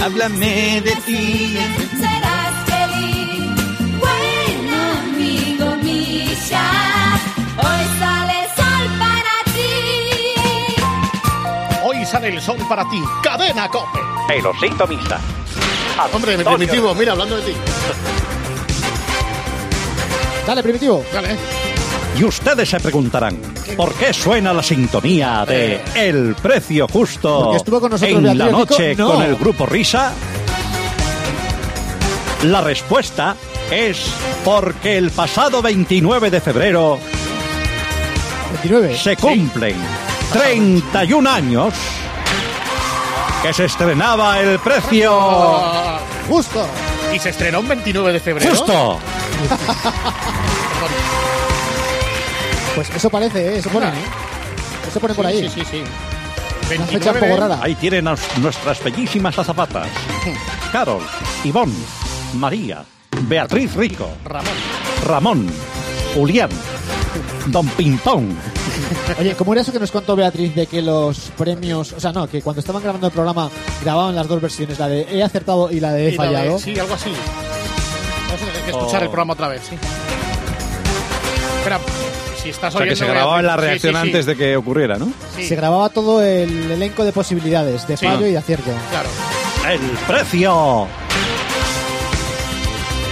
S14: Háblame de ti.
S9: Serás feliz, buen amigo Misha. Hoy sale sol para ti.
S4: Hoy sale el sol para ti. Cadena Cope.
S6: El osito misa.
S4: Hombre,
S6: Antonio.
S4: primitivo, mira, hablando de ti.
S7: Dale, primitivo.
S4: Dale.
S11: Y ustedes se preguntarán, ¿por qué suena la sintonía de El Precio Justo
S7: Porque estuvo con nosotros
S11: en la
S7: Beatriz Rico?
S11: noche
S7: No.
S11: con el grupo Risa? La respuesta es porque el pasado 29 de febrero
S7: 29.
S6: se cumplen 31 años que se estrenaba el precio
S7: Justo.
S4: Ah, Y se estrenó un 29 de febrero.
S6: justo.
S7: Pues eso parece, ¿eh? Eso ponen, ¿eh? Eso ponen por ahí.
S4: Sí, ¿eh? sí, sí.
S7: Una fecha un poco rara.
S6: Ahí tienen a nuestras bellísimas azafatas. Carol, Ivonne, María, Beatriz Rico,
S4: Ramón.
S6: Ramón, Julián, Don Pimpón.
S7: Oye, ¿cómo era eso que nos contó Beatriz de que los premios, o sea, no, que cuando estaban grabando el programa grababan las dos versiones, la de he acertado y la de he
S4: Y la de-
S7: fallado?
S4: sí, algo así. Vamos a tener que escuchar
S6: Oh.
S4: el programa otra vez, sí. Espera, si estás
S5: O sea, que
S4: oyendo...
S5: se grababa en la
S4: Sí, sí,
S5: reacción
S4: sí.
S5: antes de que ocurriera, ¿no?
S7: Se grababa todo el elenco de posibilidades, de
S5: Sí.
S7: fallo y de acierto.
S4: Claro.
S6: El precio.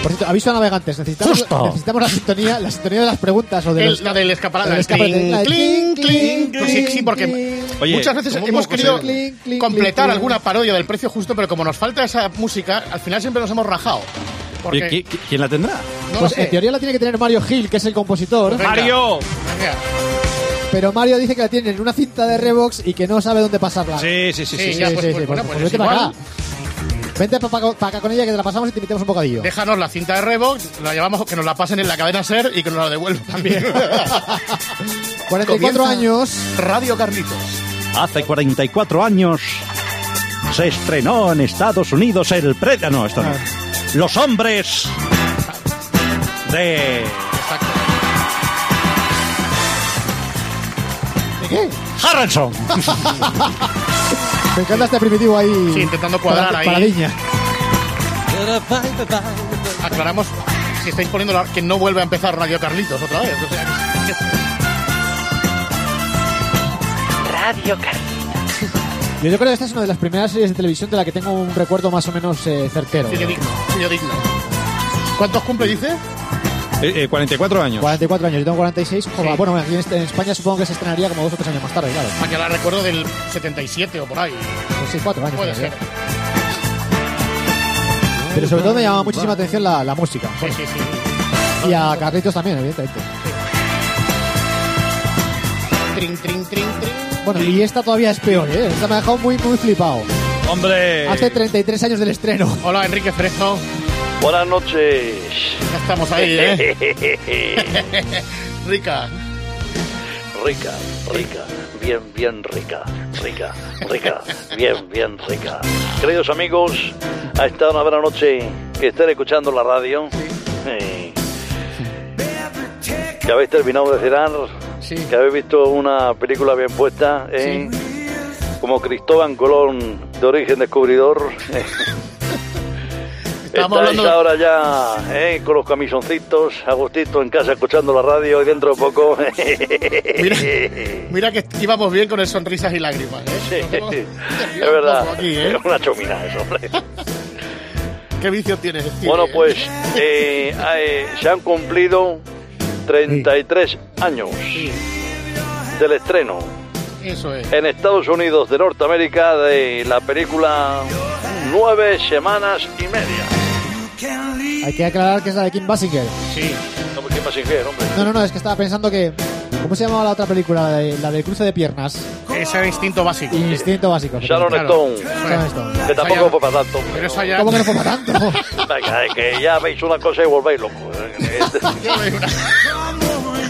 S7: Por cierto, aviso a navegantes, necesitamos,
S6: Justo.
S7: necesitamos la sintonía, la sintonía de las preguntas o de
S4: El-
S7: los-
S4: la del escaparate.
S7: la del escaparate. La de
S4: Cling, cling,
S7: cling,
S4: cling, sí, sí, porque
S5: Oye,
S4: muchas veces
S5: ¿cómo
S4: hemos
S5: puedo
S4: querido
S5: conseguir?
S4: completar
S7: cling,
S4: alguna parodia del precio justo, pero como nos falta esa música, al final siempre nos hemos rajado. Porque...
S5: Oye, ¿qui- qui- ¿Quién la tendrá?
S4: No
S7: pues
S4: lo sé.
S7: en teoría la tiene que tener Mario Gil, que es el compositor.
S4: Venga.
S5: Mario.
S4: Venga.
S7: Pero Mario dice que la tiene en una cinta de Revox y que no sabe dónde pasarla.
S5: Sí, sí, sí, sí.
S4: Sí,
S5: sí.
S4: ya,
S7: sí,
S4: pues,
S7: sí,
S4: pues,
S7: sí,
S4: bueno,
S7: pues
S4: pues es
S7: vete para
S4: igual.
S7: acá. Vente para acá con ella que te la pasamos y te invitamos un bocadillo.
S4: Déjanos la cinta de Revox, la llevamos, que nos la pasen en la cadena SER y que nos la devuelvan también.
S7: 44
S4: Comienza
S7: años.
S4: Radio Carlitos.
S6: Hace 44 años se estrenó en Estados Unidos el precio. No, esto no.
S5: Ah.
S6: Los hombres de
S4: Exacto.
S7: ¿De qué?
S6: Harrison.
S7: Me encanta este primitivo ahí.
S4: Sí, intentando cuadrar
S7: para,
S4: ahí.
S7: Para Viña.
S4: Aclaramos si estáis poniendo la- que no vuelve a empezar Radio Carlitos otra vez. o sea, que-
S15: Radio Carlos.
S7: Yo, yo creo que esta es una de las primeras series de televisión de la que tengo un recuerdo más o menos eh, certero.
S4: Sigue digno, sigue digno. ¿Cuántos cumple, dice?
S5: Eh, eh, 44 años.
S7: 44 años, yo tengo 46. Joder,
S4: Sí.
S7: Bueno, aquí en, en España supongo que se estrenaría como dos o tres años más tarde, claro.
S4: Ah, que la recuerdo del 77 o por ahí.
S7: Pues sí, cuatro años.
S4: Puede
S7: todavía.
S4: ser.
S7: Pero sobre todo me llamaba muchísima atención la, la música.
S4: Sí, sí, sí.
S7: Y a Carlitos también, evidentemente.
S4: Trin, trin, trin, trin.
S7: Bueno, y esta todavía es peor, ¿eh? Esta me ha dejado muy, muy flipado.
S6: Hombre.
S7: Hace 33 años del estreno.
S4: Hola, Enrique Fresco.
S16: Buenas noches.
S4: Ya estamos ahí, ¿eh? Rica.
S16: rica, rica, bien, bien rica, rica, rica, bien, bien rica. Queridos amigos, ha estado una buena noche que estén escuchando la radio. Eh, Que habéis terminado de cenar, que habéis visto una película bien puesta, eh, como Cristóbal Colón de origen descubridor.
S4: Estamos
S16: Estáis
S4: hablando de-
S16: ahora ya eh, con los camisoncitos, a gustito en casa escuchando la radio y dentro de poco.
S4: Mira, mira que íbamos bien con el sonrisas y lágrimas, ¿eh?
S16: Sí,
S4: Nos hemos-
S16: es verdad.
S4: Aquí, ¿eh?
S16: Es una chomina eso, hombre.
S4: ¿Qué vicio tienes? Steve?
S16: Bueno, pues eh, eh, se han cumplido 33 años del estreno
S4: Eso es.
S16: en Estados Unidos de Norteamérica de la película Nueve Semanas y Media.
S7: Hay que aclarar que es la de Kim Basinger.
S4: Sí.
S16: No, porque más ingenuo, hombre.
S7: No, no, no, es que estaba pensando que. ¿Cómo se llamaba la otra película? La, de- la del cruce de piernas.
S4: Ese instinto básico.
S7: Instinto básico.
S16: Sharon
S4: Claro.
S16: Stone,
S7: Sharon Stone.
S16: que tampoco fue para tanto.
S4: Pero eso ya...
S7: ¿Cómo que no fue para tanto?
S16: Venga, es que ya veis una cosa y volvéis loco. ¿eh?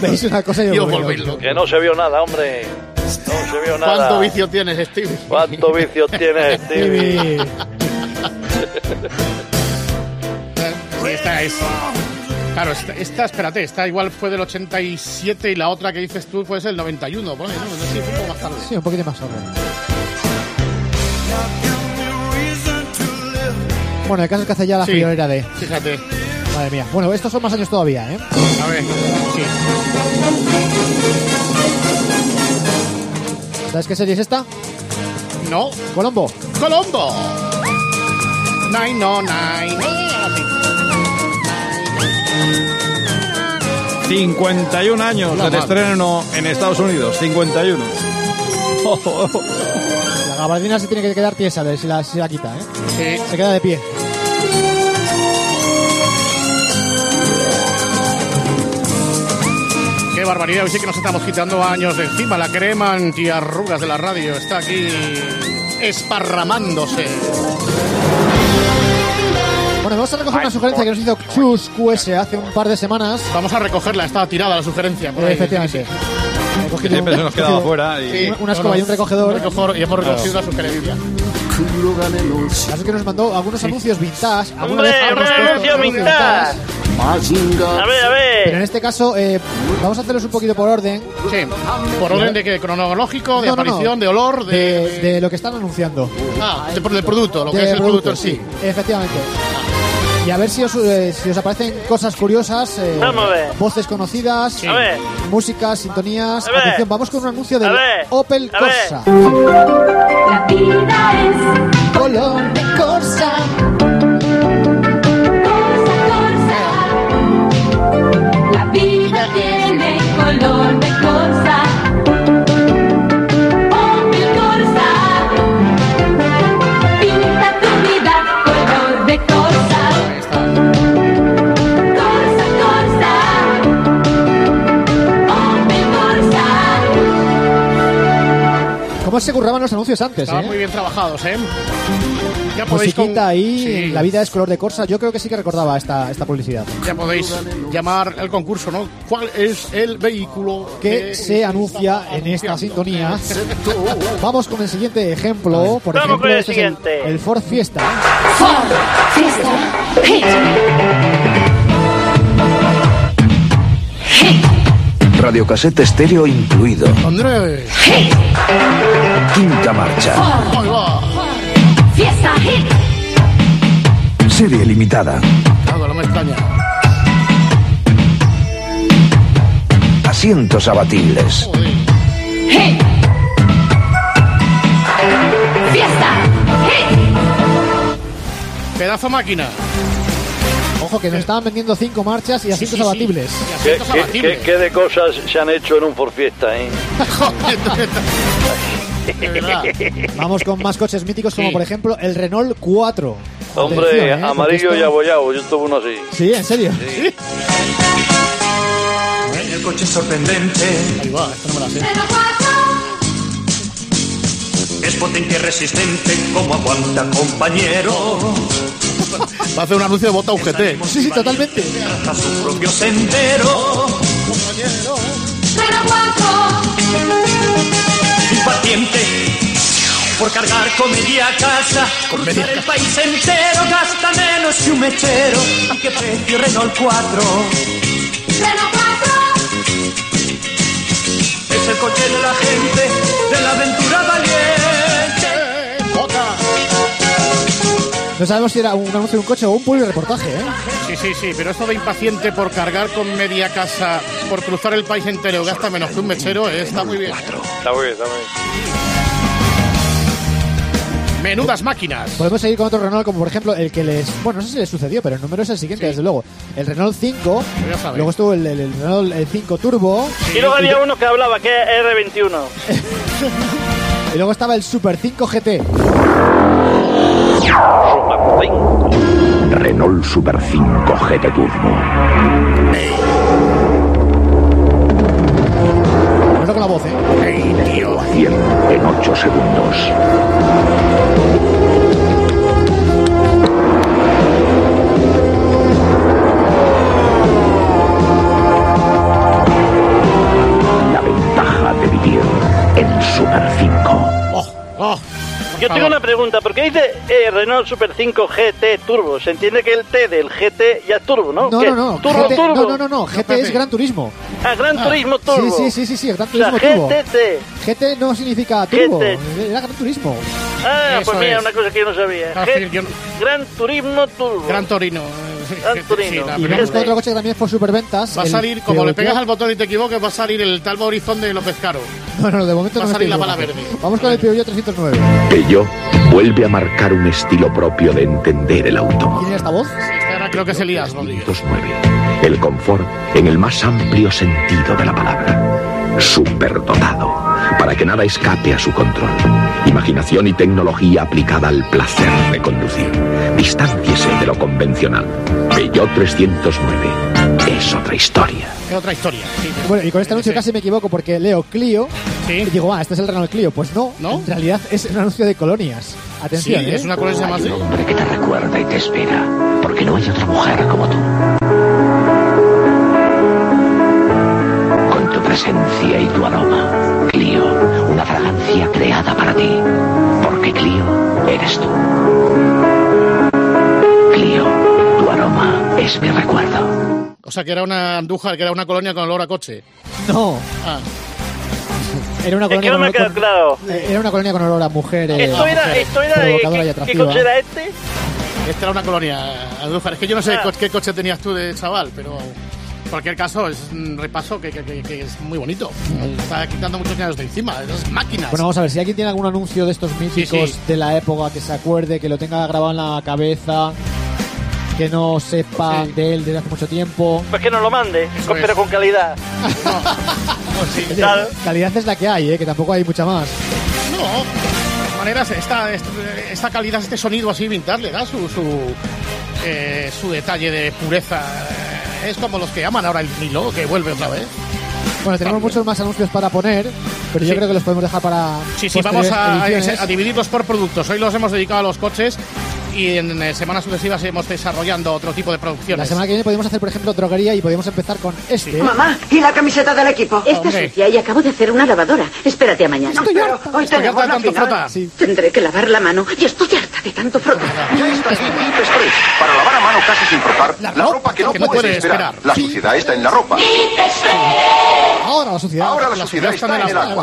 S7: Veis una cosa y
S4: Yo
S7: yo me
S4: volví
S7: veo.
S4: loco.
S16: Que no se vio nada, hombre. No se vio nada.
S4: ¿Cuánto vicio tienes, Steve?
S16: ¿Cuántos vicios tienes, Stevie?
S7: Baby.
S4: Sí, esta es. Claro, esta, esta, espérate, esta igual fue del 87 y la otra que dices tú fue del 91. Bueno, no, no sé, un poco más tarde.
S7: Sí, un poquito más sobre. Bueno, el caso es que hace ya la
S4: Sí.
S7: friolera de.
S4: Fíjate.
S7: Madre mía. Bueno, estos son más años todavía, ¿eh?
S4: A ver, sí.
S7: ¿Sabes qué serie es esta?
S4: No,
S7: Colombo.
S4: Colombo. Nine, no, nine.
S5: 51 años del estreno en Estados Unidos. 51. Oh, oh, oh.
S7: La gabardina se tiene que quedar tiesa de si la, si la quita, ¿eh?
S4: Sí.
S7: Se queda de pie.
S4: Qué barbaridad! Hoy sí que nos estamos quitando años de encima. La crema antiarrugas de la radio está aquí esparramándose.
S7: Bueno, vamos a recoger una sugerencia que nos hizo Chus QS hace un par de semanas.
S4: Vamos a recogerla, está tirada la sugerencia. Por
S7: Eh,
S4: ahí.
S7: Efectivamente.
S5: Que siempre se nos quedaba fuera. Y...
S4: Sí,
S7: Una- una escoba y un recogedor.
S4: Un recogedor y hemos recogido
S7: Claro.
S4: una sugerencia.
S7: Así que nos mandó algunos anuncios vintage. alguna
S11: ¡Hombre,
S7: vez hemos
S11: hombre,
S7: puesto
S11: anuncio
S7: anuncios
S11: vintage! A ver, a ver.
S7: Pero en este caso, eh, vamos a hacerlos un poquito por orden.
S4: Sí. ¿Por orden de qué? ¿Cronológico? ¿De
S7: No, no, no.
S4: aparición? ¿De olor? De...
S7: De, de lo que están anunciando.
S4: Ah, de- del producto, lo que
S7: De
S4: es el producto en sí.
S7: Efectivamente. Y a ver si os, eh, si os aparecen cosas curiosas, eh,
S4: Vamos a ver.
S7: voces conocidas,
S4: A ver.
S7: música, sintonías.
S4: A ver.
S7: Atención, vamos con un anuncio
S4: A
S7: del
S4: ver.
S7: Opel
S4: A ver.
S7: Corsa.
S14: La vida es color de corsa. Corsa, corsa. La vida tiene color de corsa. Opel corsa. Pinta tu vida color de corsa. Corsa, corsa. Opel corsa.
S7: ¿Cómo se curraban los anuncios antes?
S4: Estaban
S7: eh?
S4: muy bien trabajados, ¿eh? Ya podéis, con-
S7: Musiquita Pues ahí,
S4: Sí.
S7: la vida es color de corsa. Yo creo que sí que recordaba esta, esta publicidad.
S4: ya podéis llamar al concurso, ¿no? ¿Cuál es el vehículo
S7: Que se anuncia en esta sintonía. Vamos con el siguiente ejemplo. Por
S11: Vamos
S7: ejemplo,
S11: con el
S7: este es
S11: siguiente.
S7: el Ford Fiesta.
S14: Ford, fiesta, hit.
S1: Radiocasete estéreo incluido.
S4: Andrés.
S1: Quinta marcha.
S4: Ahí va.
S14: Fiesta, hit.
S1: Serie limitada.
S4: Claro, no me extraña.
S1: Asientos abatibles.
S14: Hit. Fiesta, hit.
S4: Pedazo máquina.
S7: Ojo, que nos estaban vendiendo cinco marchas y asientos
S4: sí, sí.
S7: abatibles.
S11: ¿Qué,
S4: Asientos
S11: qué-
S4: abatibles.
S11: qué- qué de cosas se han hecho en un por fiesta, eh?
S4: De verdad.
S7: Vamos con más coches míticos, como por ejemplo el Renault 4.
S11: Hombre,
S7: Atención, ¿eh?
S11: amarillo
S7: porque
S11: y
S7: esto-
S11: abollado, yo tuve uno así.
S7: Sí, en serio.
S3: El coche sorprendente
S4: Ahí va, esto no me la sé.
S17: Pero cuatro,
S3: es potente y resistente, como aguanta compañero.
S4: Va a hacer un anuncio de bota UGT.
S7: Sí, sí, totalmente.
S3: Traza su propio sendero,
S17: pero cuatro.
S3: impaciente por cargar comedia a casa. Cruzar el país entero gasta menos que un mechero. ¿A qué precio Renault 4?
S17: Pero cuatro,
S3: Es el coche de la gente, de la aventura valiente.
S4: ¡Bota!
S7: No sabemos si era un anuncio de un coche o un public reportaje, ¿eh?
S4: Sí, sí, sí, pero esto de impaciente por cargar con media casa, por cruzar el país entero, gasta menos que un mechero, eh, está muy bien.
S11: Está muy bien, está muy bien.
S4: Menudas máquinas.
S7: Podemos seguir con otro Renault, como por ejemplo el que les. Bueno, no sé si les sucedió, pero el número es el siguiente, desde luego. El Renault 5.
S4: ya sabéis.
S7: Luego estuvo el, el- el Renault el 5 Turbo.
S11: Y luego había uno que hablaba, que era R21.
S7: Y luego estaba el Super 5 GT.
S1: Renault Super 5 GT Turbo.
S7: Cuidado con la voz, ¿eh?
S1: E inicio a 100 en 8 segundos. La ventaja de vivir en Super 5.
S4: Oh, oh. por
S11: Yo tengo
S4: favor.
S11: una pregunta, porque dice eh, Renault Super 5 GT Turbo. Se entiende que el T del GT ya es Turbo, ¿no?
S7: No,
S11: ¿Qué?
S7: no, no.
S11: Turbo,
S7: GT,
S11: Turbo.
S7: No, no, no, no. GT es
S4: Pepe.
S7: Gran Turismo.
S11: Ah, Gran Turismo Turbo.
S7: Sí, sí, sí, sí, sí, Gran
S11: O sea,
S7: Turismo Turbo.
S11: GTT.
S7: GT no significa turbo,
S11: GT.
S7: era Gran Turismo.
S11: Ah,
S4: Eso
S11: pues mira,
S4: es.
S11: una cosa que yo no sabía.
S4: Ah,
S11: G-
S4: sí, yo no-
S11: Gran Turismo Turbo.
S4: Gran Torino.
S11: Gran Torino.
S4: la
S7: Y vamos
S11: Pero GT.
S7: con
S4: película.
S7: otro coche que también es por superventas.
S4: Va a
S7: el
S4: salir, como le
S7: Peugeot.
S4: pegas al botón y te equivoques, va a salir el talbo horizonte de López Caro.
S7: No, no, de momento
S4: va
S7: no
S4: a
S7: me
S4: salir
S7: estoy
S4: la bala
S7: equivocando.
S4: verde.
S7: Vamos con el Peugeot 309.
S1: Peugeot vuelve a marcar un estilo propio de entender el automóvil.
S7: ¿Quién era esta voz?
S4: Este ahora creo que es Elías Rodríguez.
S1: 209. El confort en el más amplio sentido de la palabra. Superdotado, para que nada escape a su control. Imaginación y tecnología aplicada al placer de conducir. Distánciese de lo convencional. Peugeot 309 es otra otra historia.
S4: Es otra historia. Sí, sí.
S7: Bueno, y con este anuncio
S4: Sí.
S7: casi me equivoco porque leo Clio y digo, ah, este es el Renault Clio. Pues no, en realidad es un anuncio de colonias. Atención, ¿eh?
S1: Hay un hombre que te recuerda y te espera, porque no hay otra mujer como tú. Con tu presencia y tu aroma, Clio, una fragancia creada para ti, porque Clio eres tú. Clio, tu aroma es mi recuerdo.
S4: O sea, que era una Andújar, que era una colonia con olor a coche.
S7: No.
S4: Ah.
S7: Era una
S4: Es que no
S7: colonia con
S4: me ha
S7: olor-
S4: quedado
S7: con-
S4: claro.
S7: eh, Era una colonia con olor a mujer. eh,
S4: Esto era- esto era, eh, ¿qué-
S7: provocadora y
S4: qué
S7: atractiva.
S4: coche era
S11: este?
S4: Esta era una colonia, Andújar. Es que yo no sé co- qué coche tenías tú de chaval, pero en cualquier caso es un repaso que, que- que- que es muy bonito. Está quitando muchos años de encima, esas máquinas.
S7: Bueno, vamos a ver, si alguien tiene algún anuncio de estos míticos
S4: sí.
S7: de la época que se acuerde, que lo tenga grabado en la cabeza, que no sepa de él desde hace mucho tiempo.
S11: Pues que nos lo mande, con-
S7: es.
S11: pero con calidad.
S7: Oye, Calidad es la que hay, ¿eh? que tampoco hay mucha más.
S4: No, de todas maneras, esta, esta calidad, este sonido así vintage le da su, su, eh, su detalle de pureza. Es como los que aman ahora el vinilo, que vuelve otra vez.
S7: Bueno, tenemos muchos más anuncios para poner, pero yo
S4: Sí.
S7: creo que los podemos dejar para.
S4: Sí, sí, vamos
S7: posteriores
S4: a,
S7: ediciones.
S4: a dividirlos por productos. Hoy los hemos dedicado a los coches y en eh, semanas sucesivas hemos desarrollando otro tipo de
S7: La
S4: producciones.
S7: semana que viene podemos hacer, por ejemplo, droguería y podemos empezar con este.
S18: Mamá, ¿y la camiseta del equipo? Está sucia y acabo de hacer una lavadora. Espérate a mañana.
S7: Estoy
S18: Pero
S7: harta.
S18: Hoy
S7: Estoy
S18: tenemos
S7: harta de
S18: la
S7: tanto
S18: final.
S7: frotar.
S18: Tendré que lavar la mano y estoy harta de tanto frotar.
S19: Ya está aquí Deep Spray, para lavar a mano casi sin frotar la, ropa que no,
S18: que no
S19: puedes
S18: puede
S19: esperar.
S18: esperar.
S19: La suciedad está en la ropa.
S7: Ahora la suciedad.
S19: Ahora la suciedad está en el agua.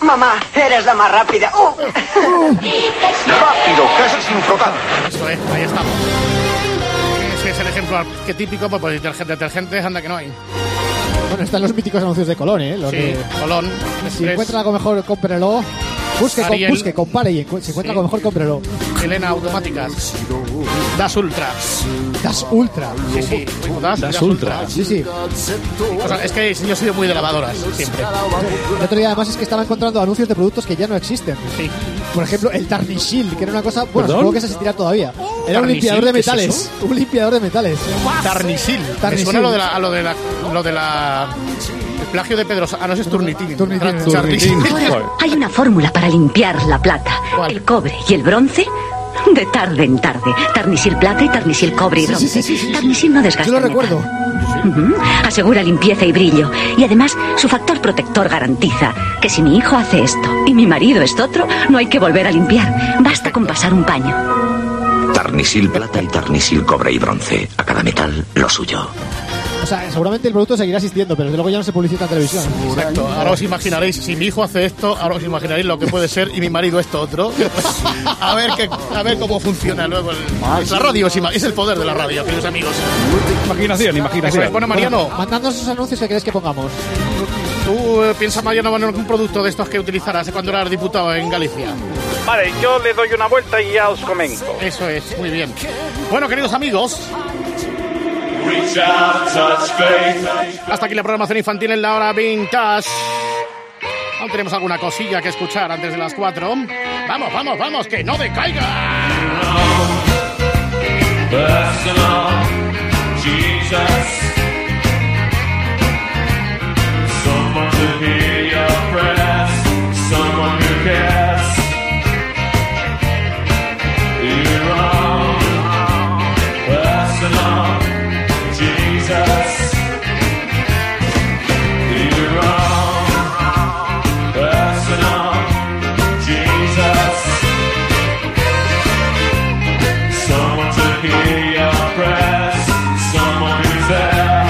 S18: Mamá, eres la más rápida. ¡Oh!
S19: Rápido, casi sin frotar.
S4: Eso es, ahí estamos. Ese es el ejemplo arquetípico, pues, pues detergente, detergente, anda que no hay.
S7: Bueno, están los míticos anuncios de Colón, ¿eh? Los
S4: Sí,
S7: de-
S4: Colón.
S7: Si
S4: Express,
S7: encuentra algo mejor, cómprelo. Busque, com-
S4: Ariel.
S7: busque, compare y encu- si encuentra algo mejor, cómprelo.
S4: Elena Automáticas. Das Ultra.
S7: Das Ultra.
S4: Sí, sí. Das,
S7: Das Ultra. Sí, sí.
S4: O sea, es que yo he sido muy de lavadoras, siempre.
S7: El otro día, además, es que estaba encontrando anuncios de productos que ya no existen. Por ejemplo, el Tarnishield, que era una cosa. Bueno,
S4: ¿Perdón?
S7: supongo que se existirá todavía. Era un
S4: ¿Tarnishield?
S7: limpiador de
S4: ¿Qué es
S7: metales.
S4: eso?
S7: un limpiador de metales.
S4: Tarnisil. Me
S7: Tarnisil.
S4: suena lo de la, a lo de la, lo de la el plagio de Pedro. Sa- Ah, no, eso es Turnitin. Tra- Tarnisil.
S18: Ahora hay una fórmula para limpiar la plata, el cobre y el bronce. De tarde en tarde. Tarnisil plata y tarnisil cobre y
S14: Sí, sí,
S18: bronce.
S14: sí, sí, sí.
S18: Tarnisil no desgasta.
S14: Yo
S18: el
S14: lo
S18: metal. Ujú. Asegura limpieza y brillo. Y además, su factor protector garantiza que si mi hijo hace esto y mi marido esto otro, no hay que volver a limpiar. Basta con pasar un paño.
S1: Tarnisil plata y tarnisil cobre y bronce. A cada metal lo suyo.
S7: O sea, seguramente el producto seguirá existiendo, pero desde luego ya no se publicita en televisión.
S4: Exacto. Ahora os imaginaréis, si mi hijo hace esto, ahora os imaginaréis lo que puede ser y mi marido esto otro. A ver, qué- a ver cómo funciona luego el- la radio. Es, ima- es el poder de la radio, queridos amigos.
S5: Imaginación,
S4: Eso
S5: imaginación.
S4: es. Bueno, Mariano,
S7: Mandadnos esos anuncios que queréis que pongamos.
S4: ¿tú eh, piensas, Mariano, en algún producto de estos que utilizarás cuando eras diputado en Galicia?
S6: Vale, yo le doy una vuelta y ya os comento.
S4: Eso es, muy bien. Bueno, queridos amigos. Hasta aquí la programación infantil en la hora vintage. Aún tenemos alguna cosilla que escuchar antes de las 4. Vamos, vamos, vamos, que no decaiga.
S20: Personal Jesus. Someone to hear your prayers, someone who cares. You're wrong. Personal Jesus. You're wrong. Personal Jesus. Someone to hear your prayers. Someone who's there.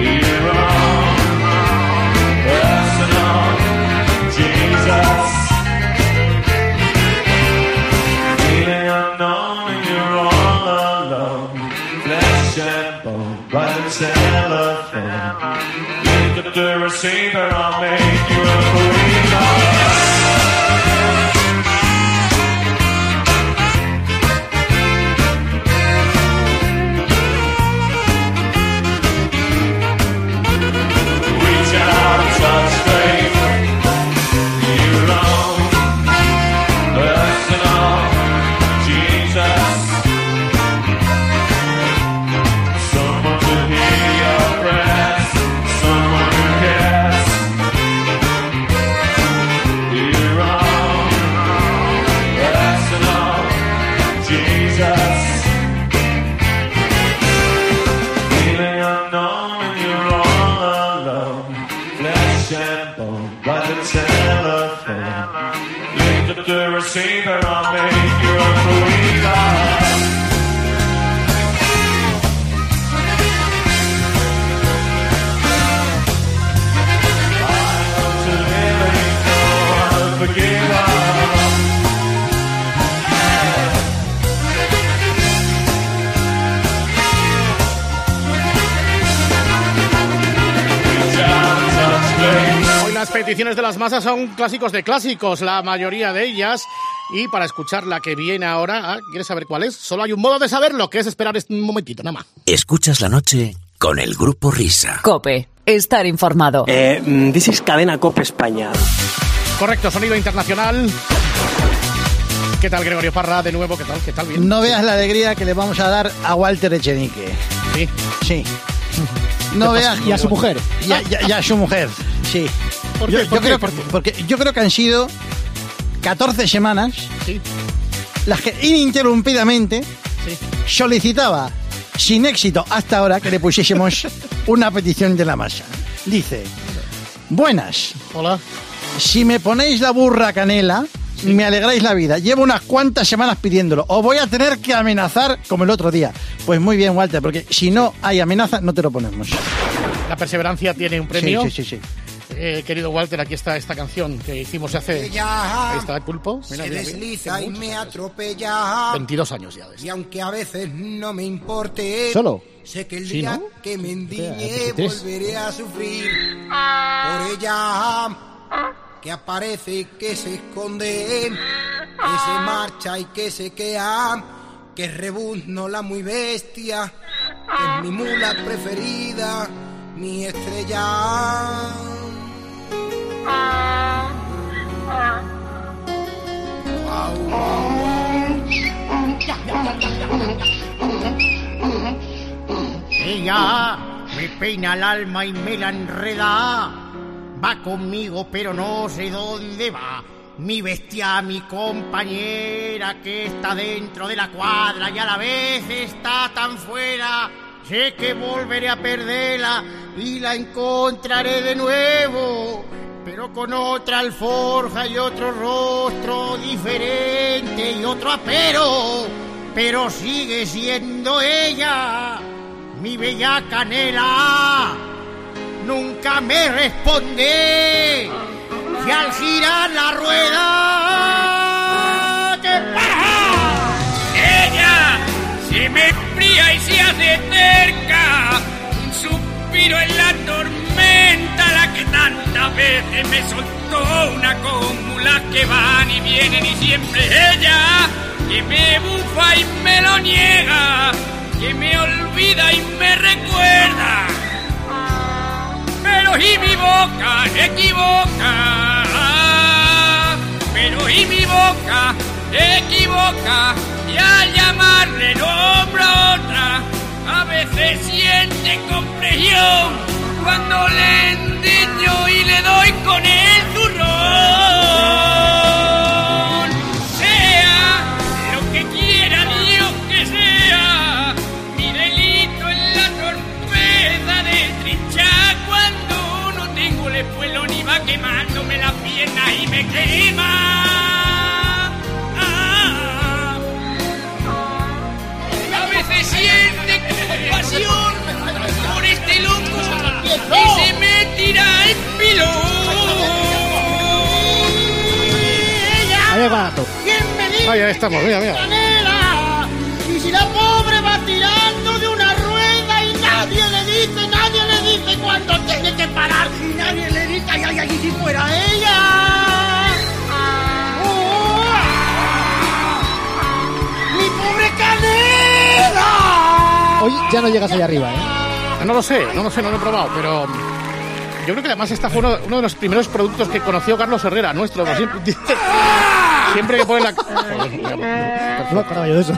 S20: You're on personal Jesus. Feeling unknown and you're all alone. Flesh and bone, right in cellophane. Pick up the receiver, I'll make you a believer. Reach out, touch faith. You long, personal Jesus. receiver, I'll make you a believer. I love to be a forgiver.
S4: Hoy las peticiones de las masas son clásicos de clásicos, la mayoría de ellas. Y para escuchar la que viene ahora, ah, ¿quieres saber cuál es? Solo hay un modo de saberlo, que es esperar este- un momentito, nada más.
S21: Escuchas la noche con el grupo Risa.
S2: Cope, estar informado.
S21: Eh, dices cadena Cope España.
S4: Correcto, sonido internacional. ¿Qué tal, Gregorio Parra? De nuevo, ¿qué tal? ¿Qué tal? Bien.
S22: No veas la alegría que le vamos a dar a Walter Echenique.
S4: Sí.
S22: Sí. No
S7: ¿Qué
S22: veas.
S7: pasa? Y a su mujer.
S22: Y a, y a- y a su mujer, sí.
S4: ¿Por
S22: yo,
S4: qué?
S22: yo
S4: ¿Por qué?
S22: creo, porque, porque yo creo que han sido 14 semanas
S4: Sí.
S22: las que ininterrumpidamente
S4: Sí.
S22: solicitaba, sin éxito hasta ahora, que le pusiésemos una petición de la masa. Dice, buenas,
S4: Hola.
S22: si me ponéis la burra canela, me alegráis la vida. Llevo unas cuantas semanas pidiéndolo. Os voy a tener que amenazar como el otro día. Pues muy bien, Walter, porque si no hay amenaza, no te lo ponemos.
S4: La perseverancia tiene un premio.
S22: Sí, sí, sí. sí.
S4: Eh, querido Walter, aquí está esta canción que hicimos hace. Ahí está, culpo. Mira,
S23: Se
S4: mira, mira.
S23: desliza y me atropella.
S4: 22 años ya de esto.
S23: pues. Y aunque a veces no me importe.
S4: ¿Solo?
S23: Sé que el
S4: Sí,
S23: día
S4: ¿no?
S23: que me
S4: hace
S23: endiñe
S4: tres.
S23: volveré a sufrir. Por ella. Que aparece, que se esconde. Que se marcha y que se queda. Que es rebuzno la muy bestia. Que es mi mula preferida. Mi estrella.
S24: Ella me peina el alma y me la enreda. Va conmigo, pero no sé dónde va. Mi bestia, mi compañera, que está dentro de la cuadra y a la vez está tan fuera. Sé que volveré a perderla y la encontraré de nuevo, pero con otra alforja y otro rostro diferente y otro apero. Pero sigue siendo ella mi bella canela nunca me responde y al girar la rueda que
S9: Ella se me enfría y se hace cerca. Un suspiro en la tormenta, la que tantas veces me soltó. Una cúmula que van y vienen y siempre ella. Que me bufa y me lo niega. Que me olvida y me recuerda. Pero y mi boca equivoca. Pero y mi boca equivoca. Y al llamarle nombra a otra, a veces siente comprensión cuando le endiño y le doy con el turrón. Sea lo que quiera Dios que sea, mi delito es la torpeza de trinchar cuando no tengo el espuelo ni va quemándome las piernas y me quema. Ah. A veces siente compasión por este loco y se me tira el pilón.
S4: Ahí es barato.
S24: ¿Quién me dice
S4: Ahí, ahí estamos, mira, mira.
S24: canela? Y si la pobre va tirando de una rueda y nadie le dice, nadie le dice cuándo tiene que parar. Y nadie le dice, ay, ay, ay, si fuera ella. Oh, ah, ¡Mi pobre canela!
S7: Hoy ya no llegas allá arriba, ¿eh?
S4: No lo sé, no lo sé, no lo he probado, pero. mm, Yo creo que además esta fue uno, uno de los primeros productos que conoció Carlos Herrera, nuestro, como siempre dice. Siempre que pone la. Joder, mira,
S7: No me acordaba yo de eso.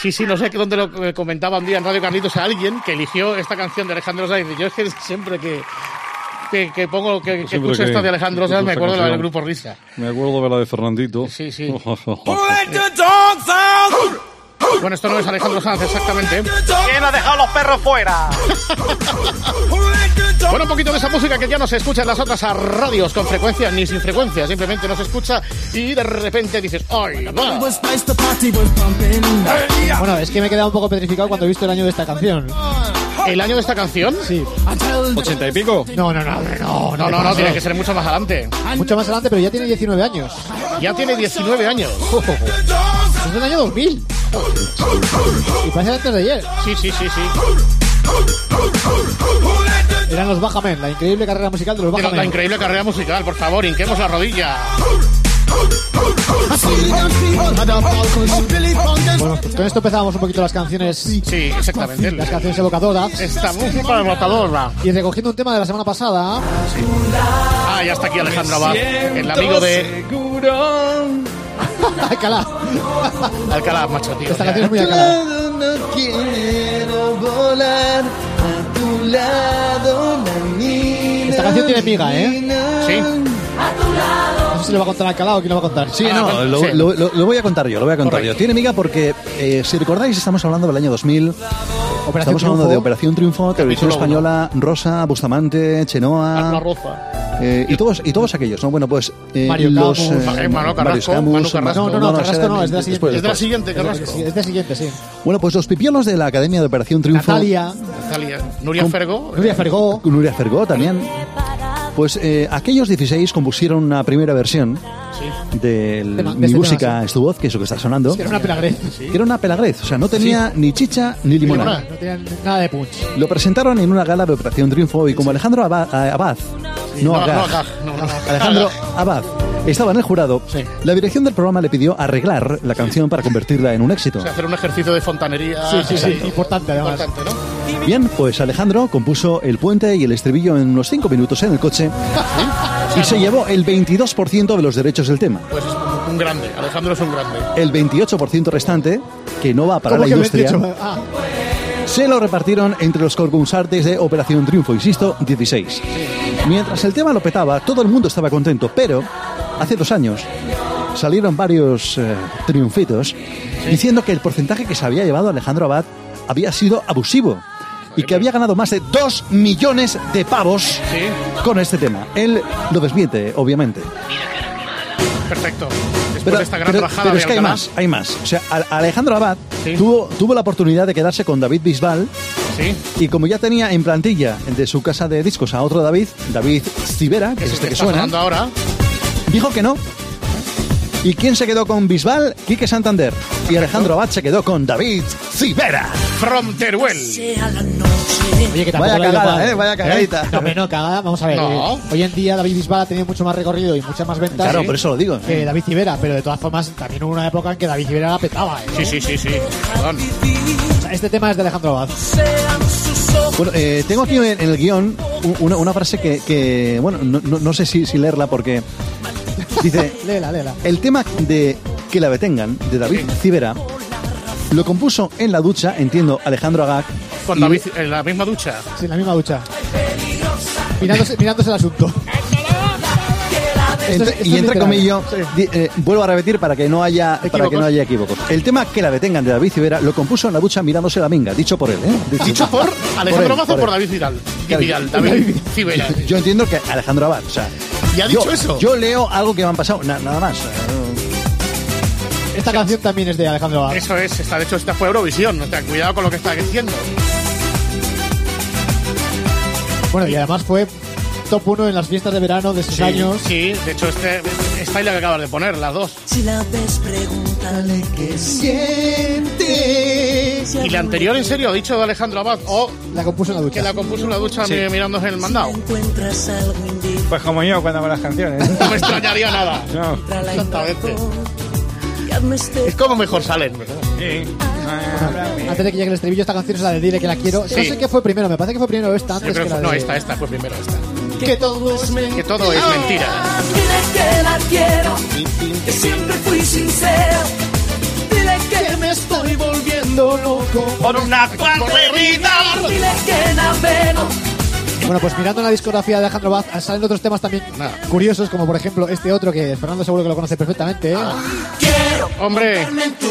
S4: Sí, sí, no sé que dónde lo eh, comentaba un día en Radio Carlitos a alguien que eligió esta canción de Alejandro Sanz. Y Yo es que siempre que, que, que pongo, que, que
S5: Siempre
S4: escucho
S5: que-
S4: esto de Alejandro
S5: que
S4: Sanz me
S5: escucho
S4: acuerdo de la del
S5: canción.
S4: grupo Risa.
S5: Me acuerdo de la de Fernandito.
S4: Sí, sí.
S5: Joder,
S24: Let the dogs out.
S4: Bueno, esto no es Alejandro Sanz exactamente.
S25: ¿Quién ha dejado los perros fuera?
S4: Bueno, un poquito de esa música que ya no se escucha en las otras radios con frecuencia ni sin frecuencia. Simplemente no se escucha y de repente dices, ¡ay, va!
S7: pues, Bueno, es que me he quedado un poco petrificado cuando he visto el año de esta canción.
S4: ¿El año de esta canción?
S7: oh". Sí.
S5: ¿80 y pico?
S7: No, no, no, hombre, no.
S4: No, no, no, tiene que ser mucho más adelante.
S7: Mucho más adelante, pero ya tiene 19 años.
S4: Ya tiene 19 años.
S7: Es del año 2000. Y parece antes de ayer.
S4: Sí, sí, sí, sí.
S7: Eran los Bajamen, la increíble carrera musical de los
S4: Pero
S7: Bajamen.
S4: la increíble carrera musical, por favor, hinquemos la rodilla.
S7: Bueno, pues con esto empezábamos un poquito las canciones.
S4: Sí, exactamente.
S7: Las canciones evocadoras.
S4: Esta música evocadora.
S7: Y recogiendo un tema de la semana pasada.
S4: Ah, ya está aquí Alejandro Abad, el amigo de
S7: Alcalá.
S4: Alcalá, macho, tío.
S7: Esta canción es muy Alcalá.
S16: No quiero volar a tu lado, la niña.
S7: Esta canción tiene miga, ¿eh?
S4: Sí.
S7: No sé si lo va a contar Alcalá o quién lo va a contar.
S22: Sí, no, Ah, lo, lo- lo- lo voy a contar yo, lo voy a contar yo. Tiene miga porque, eh, si recordáis, estamos hablando del año 2000. estamos hablando
S7: Triunfo.
S22: de Operación Triunfo, Televisión
S7: uno.
S22: Española, Rosa, Bustamante, Chenoa.
S4: Roza.
S22: eh, y todos y todos aquellos, ¿no? Bueno, pues. eh,
S7: Mario Camus.
S22: los, eh,
S7: Eh, Manu
S22: Mario
S7: Carrasco,
S22: Camus,
S7: Manu Carrasco. No, no, no, Carrasco
S22: será
S7: no, es de la
S22: después,
S7: siguiente.
S22: después.
S7: Es de- Es de siguiente, sí.
S22: Bueno, pues los pipiolos de la Academia de Operación Triunfo.
S7: Natalia.
S4: Natalia. Nuria Fergo.
S7: Nuria Fergó.
S22: Nuria Fergó también. Pues eh, aquellos 16 compusieron una primera versión del
S7: Tema, de
S22: Mi
S7: este
S22: música
S7: tema,
S22: es tu voz, que es lo que está sonando.
S7: Que era una pelagrez.
S22: Que era una pelagrez, o sea, no tenía ni chicha ni limonada.
S7: No tenía nada de punch.
S22: Lo presentaron en una gala de Operación Triunfo y como Alejandro Aba- a- Abad, no
S4: no,
S22: Agag,
S4: Agag, no, no, no.
S22: Alejandro Abad estaba en el jurado, la dirección del programa le pidió arreglar la canción para convertirla en un éxito.
S4: O sea, hacer un ejercicio de fontanería.
S7: Sí, sí, sí. Importante, además.
S4: Importante, ¿no?
S22: Bien, pues Alejandro compuso el puente y el estribillo en unos 5 minutos en el coche y se llevó el 22% de los derechos del tema.
S4: Pues es un grande. Alejandro es un grande.
S22: El 28% restante, que no va para la industria,
S7: Ah,
S22: se lo repartieron entre los concursantes de Operación Triunfo, insisto, 16. Mientras el tema lo petaba, todo el mundo estaba contento, pero hace dos años salieron varios eh, triunfitos diciendo que el porcentaje que se había llevado Alejandro Abad había sido abusivo y que había ganado más de 2 millones de pavos con este tema. Él lo desmiente, obviamente.
S4: Perfecto. Después
S22: Pero,
S4: de esta gran
S22: pero-
S4: rajada
S22: pero
S4: de
S22: es que hay
S4: Alcalá.
S22: más, hay más. O sea, Al- Alejandro Abad tuvo, tuvo la oportunidad de quedarse con David Bisbal.
S4: Sí.
S22: Y como ya tenía en plantilla de su casa de discos a otro David, David Civera, que es este que
S4: Está
S22: suena,
S4: sonando ahora.
S22: dijo que no. ¿Y quién se quedó con Bisbal? Quique Santander. Y Alejandro Abad se quedó con David Civera.
S4: Ah, From Teruel.
S7: Oye, que
S22: Vaya
S7: tampoco lo ha ido
S22: cagada,
S7: mal.
S22: eh, vaya cagadita.
S7: No, hombre, no, cagada, vamos a ver.
S22: No.
S7: eh, Hoy en día David Bisbal ha tenido mucho más recorrido y muchas más ventas.
S22: Claro, por eso lo digo. Eh,
S7: Que David Civera, pero de todas formas también hubo una época en que David Civera la petaba. eh.
S4: Sí, sí, sí, sí. Perdón.
S7: O sea, este tema es de Alejandro Abad.
S22: Bueno, eh, tengo aquí en el guión u- una, una frase que, que, bueno, no, no- no sé si- si leerla porque dice...
S7: Léela, léela.
S22: El tema de Que la detengan, de David Civera, lo compuso en la ducha, entiendo, Alejandro Agag.
S4: Con
S22: y-
S4: David en la misma ducha.
S7: Sí, en la misma ducha. Mirándose, mirándose el asunto.
S22: ent-
S7: Esto es- esto es
S22: y entre
S7: literal.
S22: comillas, di- eh, vuelvo a repetir para que no haya para que no haya equívocos. El tema que la detengan de David Civera lo compuso en la ducha mirándose la minga, dicho por él, ¿eh?
S4: Dicho por
S22: él,
S4: Alejandro Mazo o
S22: él.
S4: por David Vidal.
S22: Claro,
S4: Vidal, David Civera.
S22: Yo entiendo que Alejandro Abad, o sea,
S4: ¿Y ha
S22: yo-
S4: dicho eso?
S22: Yo leo algo que me han pasado, na- nada más. eh,
S7: Esta canción también es de Alejandro Abad.
S4: Eso es, está, de hecho, esta fue Eurovisión. O sea, cuidado con lo que está diciendo.
S7: Bueno, y además fue top 1 en las fiestas de verano de sus años.
S4: Sí, de hecho, este, esta es la que acabas de poner, las dos.
S16: Si la ves, pregúntale qué siente.
S4: Y la anterior, en serio, ha dicho de Alejandro Abad. O
S7: la compuso en la ducha.
S4: Que la compuso en la ducha
S5: Sí.
S4: mi- mirándose el mandado.
S16: Encuentras algo indígena
S5: Pues como yo cuando hago las canciones.
S4: No me extrañaría nada.
S5: No.
S16: la
S4: Exactamente.
S16: y hazme este
S4: Es como mejor salen, ¿verdad?
S7: Antes de que llegue el estribillo, esta canción es la de Dile que la quiero. No
S4: Sí.
S7: sé qué fue primero, me parece que fue primero esta
S4: Yo
S7: antes
S4: creo
S7: que la
S4: que-
S7: de...
S4: no, esta, esta fue primero esta.
S7: Que todo es
S4: Que todo es mentira.
S16: Dile que la quiero, que siempre fui sincero. Dile que me estoy volviendo loco por una cuadrerita. Dile que navego.
S7: Bueno, pues mirando la discografía de Alejandro Baz, salen
S4: Ah.
S7: otros temas también curiosos, como por ejemplo este otro que Fernando seguro que lo conoce perfectamente. ¿eh?
S16: Quiero
S6: quiero.
S4: Hombre.
S6: Desmiento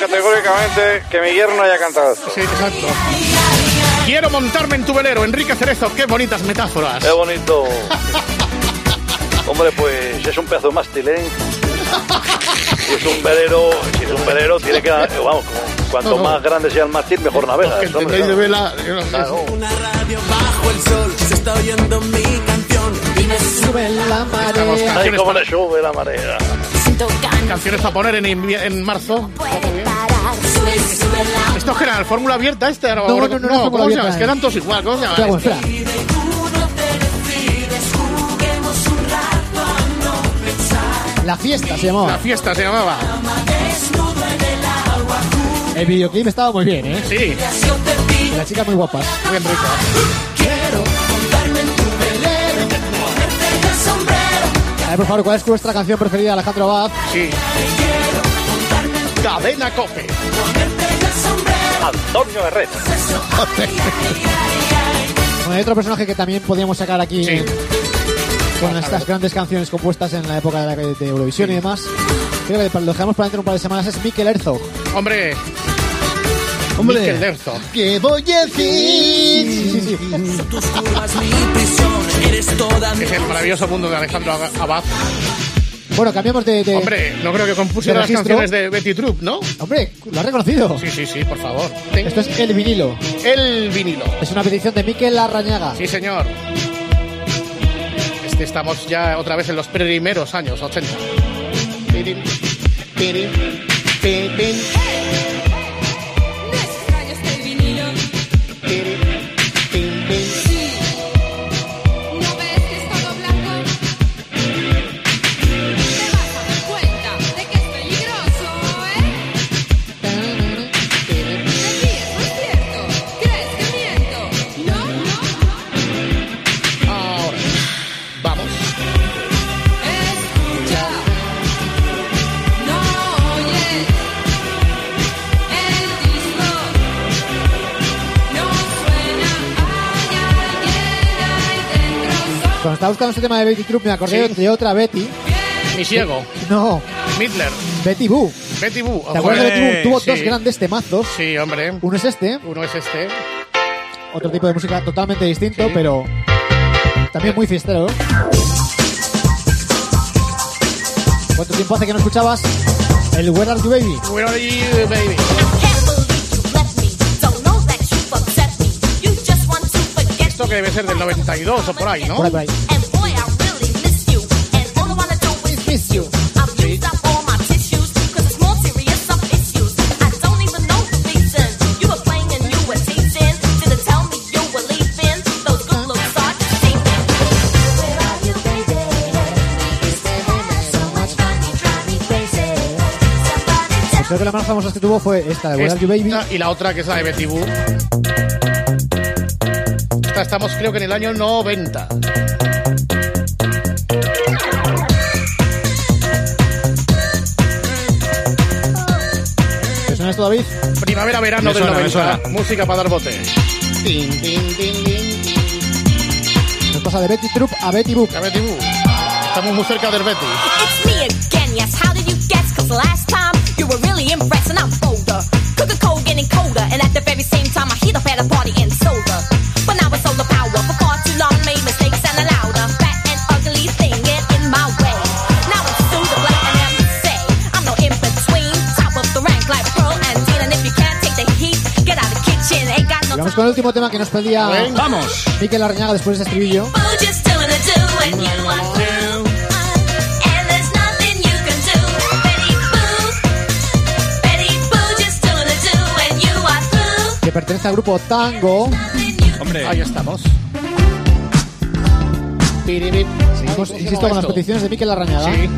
S6: categóricamente que mi yerno haya cantado esto.
S4: Sí, exacto. Quiero montarme en tu velero, Enrique Cerezo. Qué bonitas metáforas.
S6: Qué bonito. Hombre, pues es un pedazo de mástil, ¿eh? Si es un velero, si es un velero, tiene que. Vamos, como cuanto
S4: No, no.
S6: más grande sea el mástil, mejor navega.
S4: Que
S6: eso, hombre,
S4: tendréis de
S6: claro.
S4: vela.
S6: Claro.
S16: Bajo el sol se está oyendo mi canción y me sube la
S4: Estamos
S16: marea.
S6: Ay,
S4: canciones,
S6: cómo le sube la marea.
S4: canciones para poner en, invi- en marzo.
S16: Sube, sube la
S4: ¿Esto es general? ¿Fórmula abierta esta?
S7: No, no, no, no, no,
S4: ¿Cómo se
S7: fórmula
S4: llama? Es que
S7: abierta,
S4: eran todos igual. ¿Cómo se llama?
S7: Espera, bueno, espera. La fiesta se llamaba.
S4: La fiesta se llamaba.
S7: El videoclip estaba muy bien, ¿eh?
S4: Sí.
S7: Las chicas muy guapas.
S4: Muy rico.
S7: A ver, por favor, ¿cuál es vuestra canción preferida, Alejandro Abad?
S4: Sí. Cadena Cope.
S6: Antonio Herrera.
S7: Bueno, hay otro personaje que también podíamos sacar aquí eh, con estas grandes canciones compuestas en la época de, la, de Eurovisión y demás. Creo que lo dejamos para dentro de un par de semanas. Es Mikel Herzog.
S4: Hombre.
S7: Hombre.
S4: Miquel Derzo.
S7: ¿Qué voy a decir? Sí, sí, sí.
S16: tus curvas, mi prisión, eres toda mi
S4: Es el maravilloso mundo de Alejandro Aga- Abad.
S7: Bueno, cambiamos de. de-
S4: Hombre, no creo que
S7: ¿de
S4: compusiera las
S7: registro?
S4: canciones de Betty Troop, ¿no?
S7: Hombre, lo has reconocido.
S4: Sí, sí, sí, por favor.
S7: Esto es El Vinilo.
S4: El vinilo.
S7: Es una petición de Mikel Arrañaga.
S4: Sí, señor. Este estamos ya otra vez en los primeros años 80. Pirin, pirin, pirin,
S8: este
S4: pirin, pin, pin.
S8: ¿eh?
S4: Ahora. Vamos.
S7: Cuando estaba buscando este tema de Betty Troop, me acordé
S4: Sí.
S7: de otra Betty.
S4: Misiego.
S7: No,
S4: Midler.
S7: Betty Boo.
S4: Betty Boo.
S7: ¿Te acuerdas de Betty Boo? Tuvo dos
S4: Sí.
S7: grandes temazos.
S4: Sí, hombre.
S7: Uno es este,
S4: Uno es este.
S7: otro tipo de música totalmente distinto, pero también muy fiestero. ¿eh? ¿Cuánto tiempo hace que no escuchabas el Where Are You Baby?
S4: Where are you, baby? Esto que debe ser del 92 o por ahí, ¿no?
S7: Por ahí, por ahí. Pues creo que la más famosa que tuvo fue esta de Where Are You Baby.
S4: Esta y la otra que es la de Betty Boo. Esta estamos creo que en el año 90.
S7: ¿Te suena esto, David?
S4: Primavera, verano
S5: Me suena,
S4: del
S5: me
S4: 90. Música para dar botes. Tin, tin, tin, tin, tin.
S7: Nos pasa de Betty Troop a Betty Boo.
S4: La Betty Boo. Estamos muy cerca del Betty.
S26: It's me again, yes. How did you guess? Cause last time you were really impressed and I'm older. Coca cold getting colder, and at the very same time I heat up at a party and soda. But now it's all the power. For far too long made mistakes and allowed a fat and ugly thing get in my way. Now it's through the black and I'm say I'm no in between. Top of the rank like Pearl and Dean. And if you can't take the heat, get out of the kitchen. Ain't got
S7: Y
S26: no
S7: vamos
S26: time.
S7: con el último tema que nos pedía
S5: ¡Vamos!
S7: Mikel Arrañaga después de ese estribillo.
S26: We're just doing a do and you are through. And there's nothing you can do. Betty Boo. Betty Boo, just doing a do and you are through.
S7: que pertenece al grupo Tango.
S5: Hombre,
S4: Ahí estamos.
S7: Seguimos, insisto, con las peticiones de Miquel Arrañaga.
S4: Sí.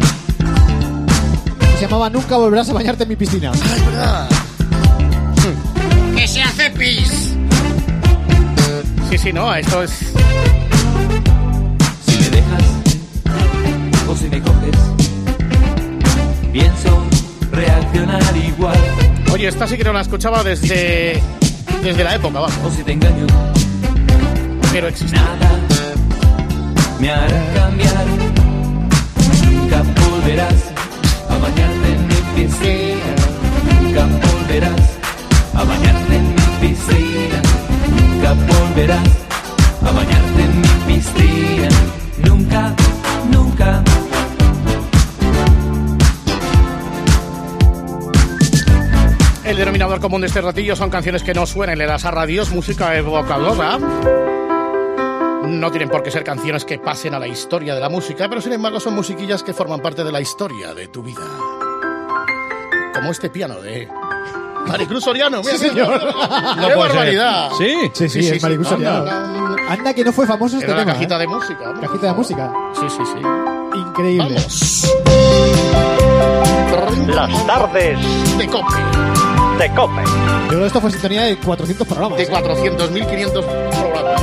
S7: que Se llamaba Nunca volverás a bañarte en mi piscina.
S24: Que se hace pis.
S4: Sí, sí, no, esto es.
S27: Si me dejas o si me coges, pienso reaccionar igual.
S4: Oye, esta sí que no la escuchaba desde. Desde la época, vamos.
S27: O si te engaño,
S4: Pero existe.
S27: nada me hará cambiar. Nunca volverás a
S28: bañarte en mi piscina, nunca volverás. A bañarte en mi piscina, nunca volverás. A bañarte en mi piscina, nunca, nunca.
S4: El denominador común de este ratillo son canciones que no suenan en las radios, música evocadora. No tienen por qué ser canciones que pasen a la historia de la música, pero sin embargo son musiquillas que forman parte de la historia de tu vida. Como este piano de Maricruz Soriano, mira,
S7: señor.
S4: ¡Qué
S7: No puede ser.
S4: barbaridad!
S5: Sí,
S7: sí, sí,
S4: Sí, sí,
S7: es Maricruz
S4: sí.
S7: Soriano. Anda, que no fue famoso este
S4: Era la
S7: tema,
S4: cajita
S7: ¿eh?
S4: de música. hombre.
S7: Cajita de música.
S4: Sí, sí, sí.
S7: Increíble.
S4: Las tardes de cope. De cope.
S7: Yo creo que esto fue sintonía de 400 programas.
S4: De
S7: ¿eh?
S4: 400.500 programas.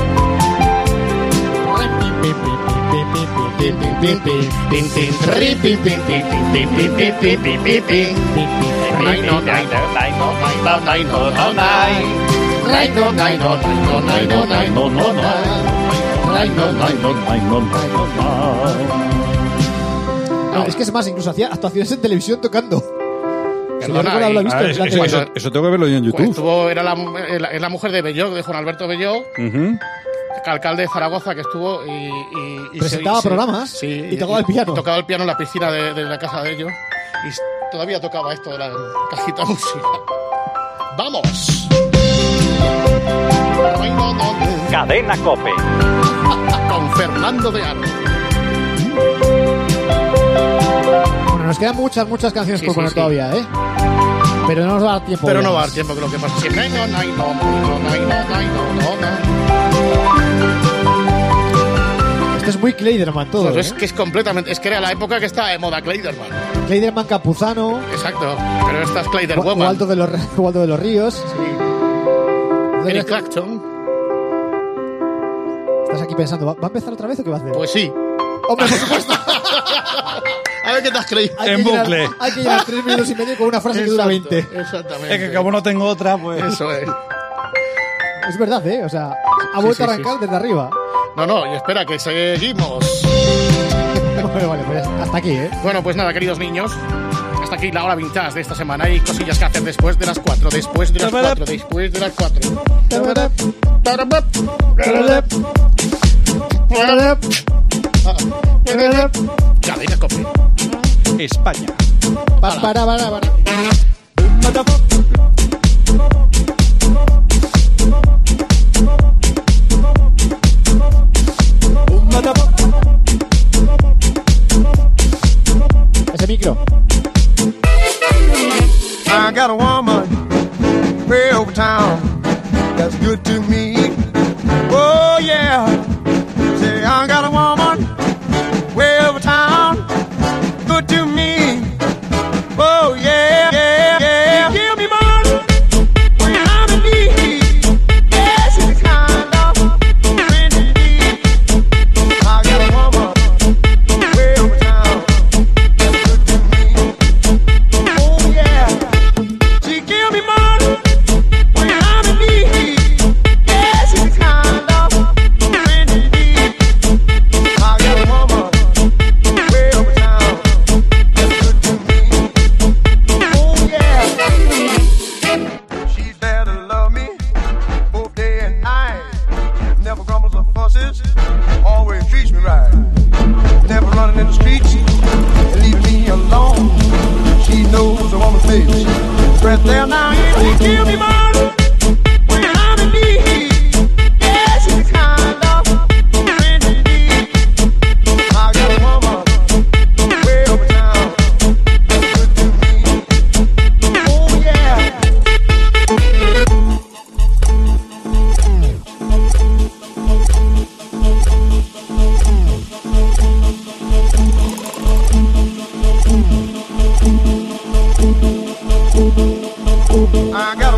S7: No, es que es más, incluso hacía actuaciones en televisión tocando. Si yo
S4: Perdona,
S7: recuerdo haberlo
S4: y-
S7: visto
S5: Ah,
S7: en
S5: eso,
S7: la
S5: eso-
S7: tele.
S5: eso- eso tengo que verlo yo en YouTube.
S4: Pues Estuvo, era la, era- es la mujer de Belló, de Juan Alberto Belló,
S5: Ujú.
S4: alcalde de Zaragoza, que estuvo y... y- y se-
S7: Presentaba
S4: y se-
S7: programas
S4: sí,
S7: y tocaba el piano.
S4: y tocaba el piano en la piscina de, de la casa de ellos. Y s- todavía tocaba esto de la cajita de música. ¡Vamos!
S6: Cadena Cope.
S4: Con Fernando de Aro.
S7: Bueno, nos quedan muchas, muchas canciones
S4: Sí,
S7: por
S4: sí,
S7: poner
S4: sí.
S7: todavía, ¿eh? Pero no nos va a dar tiempo.
S4: Pero no va a dar tiempo
S7: obviamente.
S4: que lo que pasa. Sí, no, Pues no, no, no, no, no, no, no, no.
S7: Esto es muy Kleiderman todo.
S4: Pues es
S7: ¿eh?
S4: que es completamente. Es que era la época que estaba de moda Clayderman.
S7: Kleiderman Campuzano,
S4: Exacto. Pero esta es Clayder
S7: Wa-
S4: Woman.
S7: Waldo de los, Waldo de los Ríos.
S4: Eric Clapton.
S7: Estás aquí pensando, ¿va, va a empezar otra vez o qué va a hacer?
S4: Pues sí.
S7: Hombre, por supuesto.
S4: A ver qué te has creído.
S7: Hay
S5: En
S7: que llegar-
S5: bucle.
S7: hay que llegar tres minutos y medio con una frase que dura
S4: Exacto,
S7: 20.
S4: Exactamente.
S5: no tengo otra, pues.
S4: Eso es.
S7: Es verdad, ¿eh? O sea, ha
S4: Sí,
S7: vuelto
S4: sí,
S7: a arrancar desde arriba.
S4: No, no, y espera, que seguimos.
S7: Bueno, vale, pues hasta aquí, ¿eh?
S4: Bueno, pues nada, queridos niños. Hasta aquí la hora vintage de esta semana. Hay cosillas que hacer después de las 4, después de las 4, después de las 4. Cadena Cope.
S5: España.
S7: Pa- para, para, para. Ese micro.
S9: I got a woman way over town that's good to me. Oh yeah, say I got a woman way over town, good to me. Oh yeah, yeah, yeah. Give me money when I'm in need. Yeah, she's the kind of friend indeed. I got a woman way over town that's good to me. Oh yeah. She give me money when I'm in need. Yeah, she's the kind of friend indeed. I got a woman way over town that's good to me. Oh yeah, she's there to love me both day and night. Never grumbles or fusses, always treats me right. Never running in the streets and leaving me alone. She knows a woman's face. Breath there now, if she give me money when I'm in need. Yeah, she's the kind of friend indeed. I got a woman way over town. that's good to me. Oh yeah. I got Oh, Oh, Oh,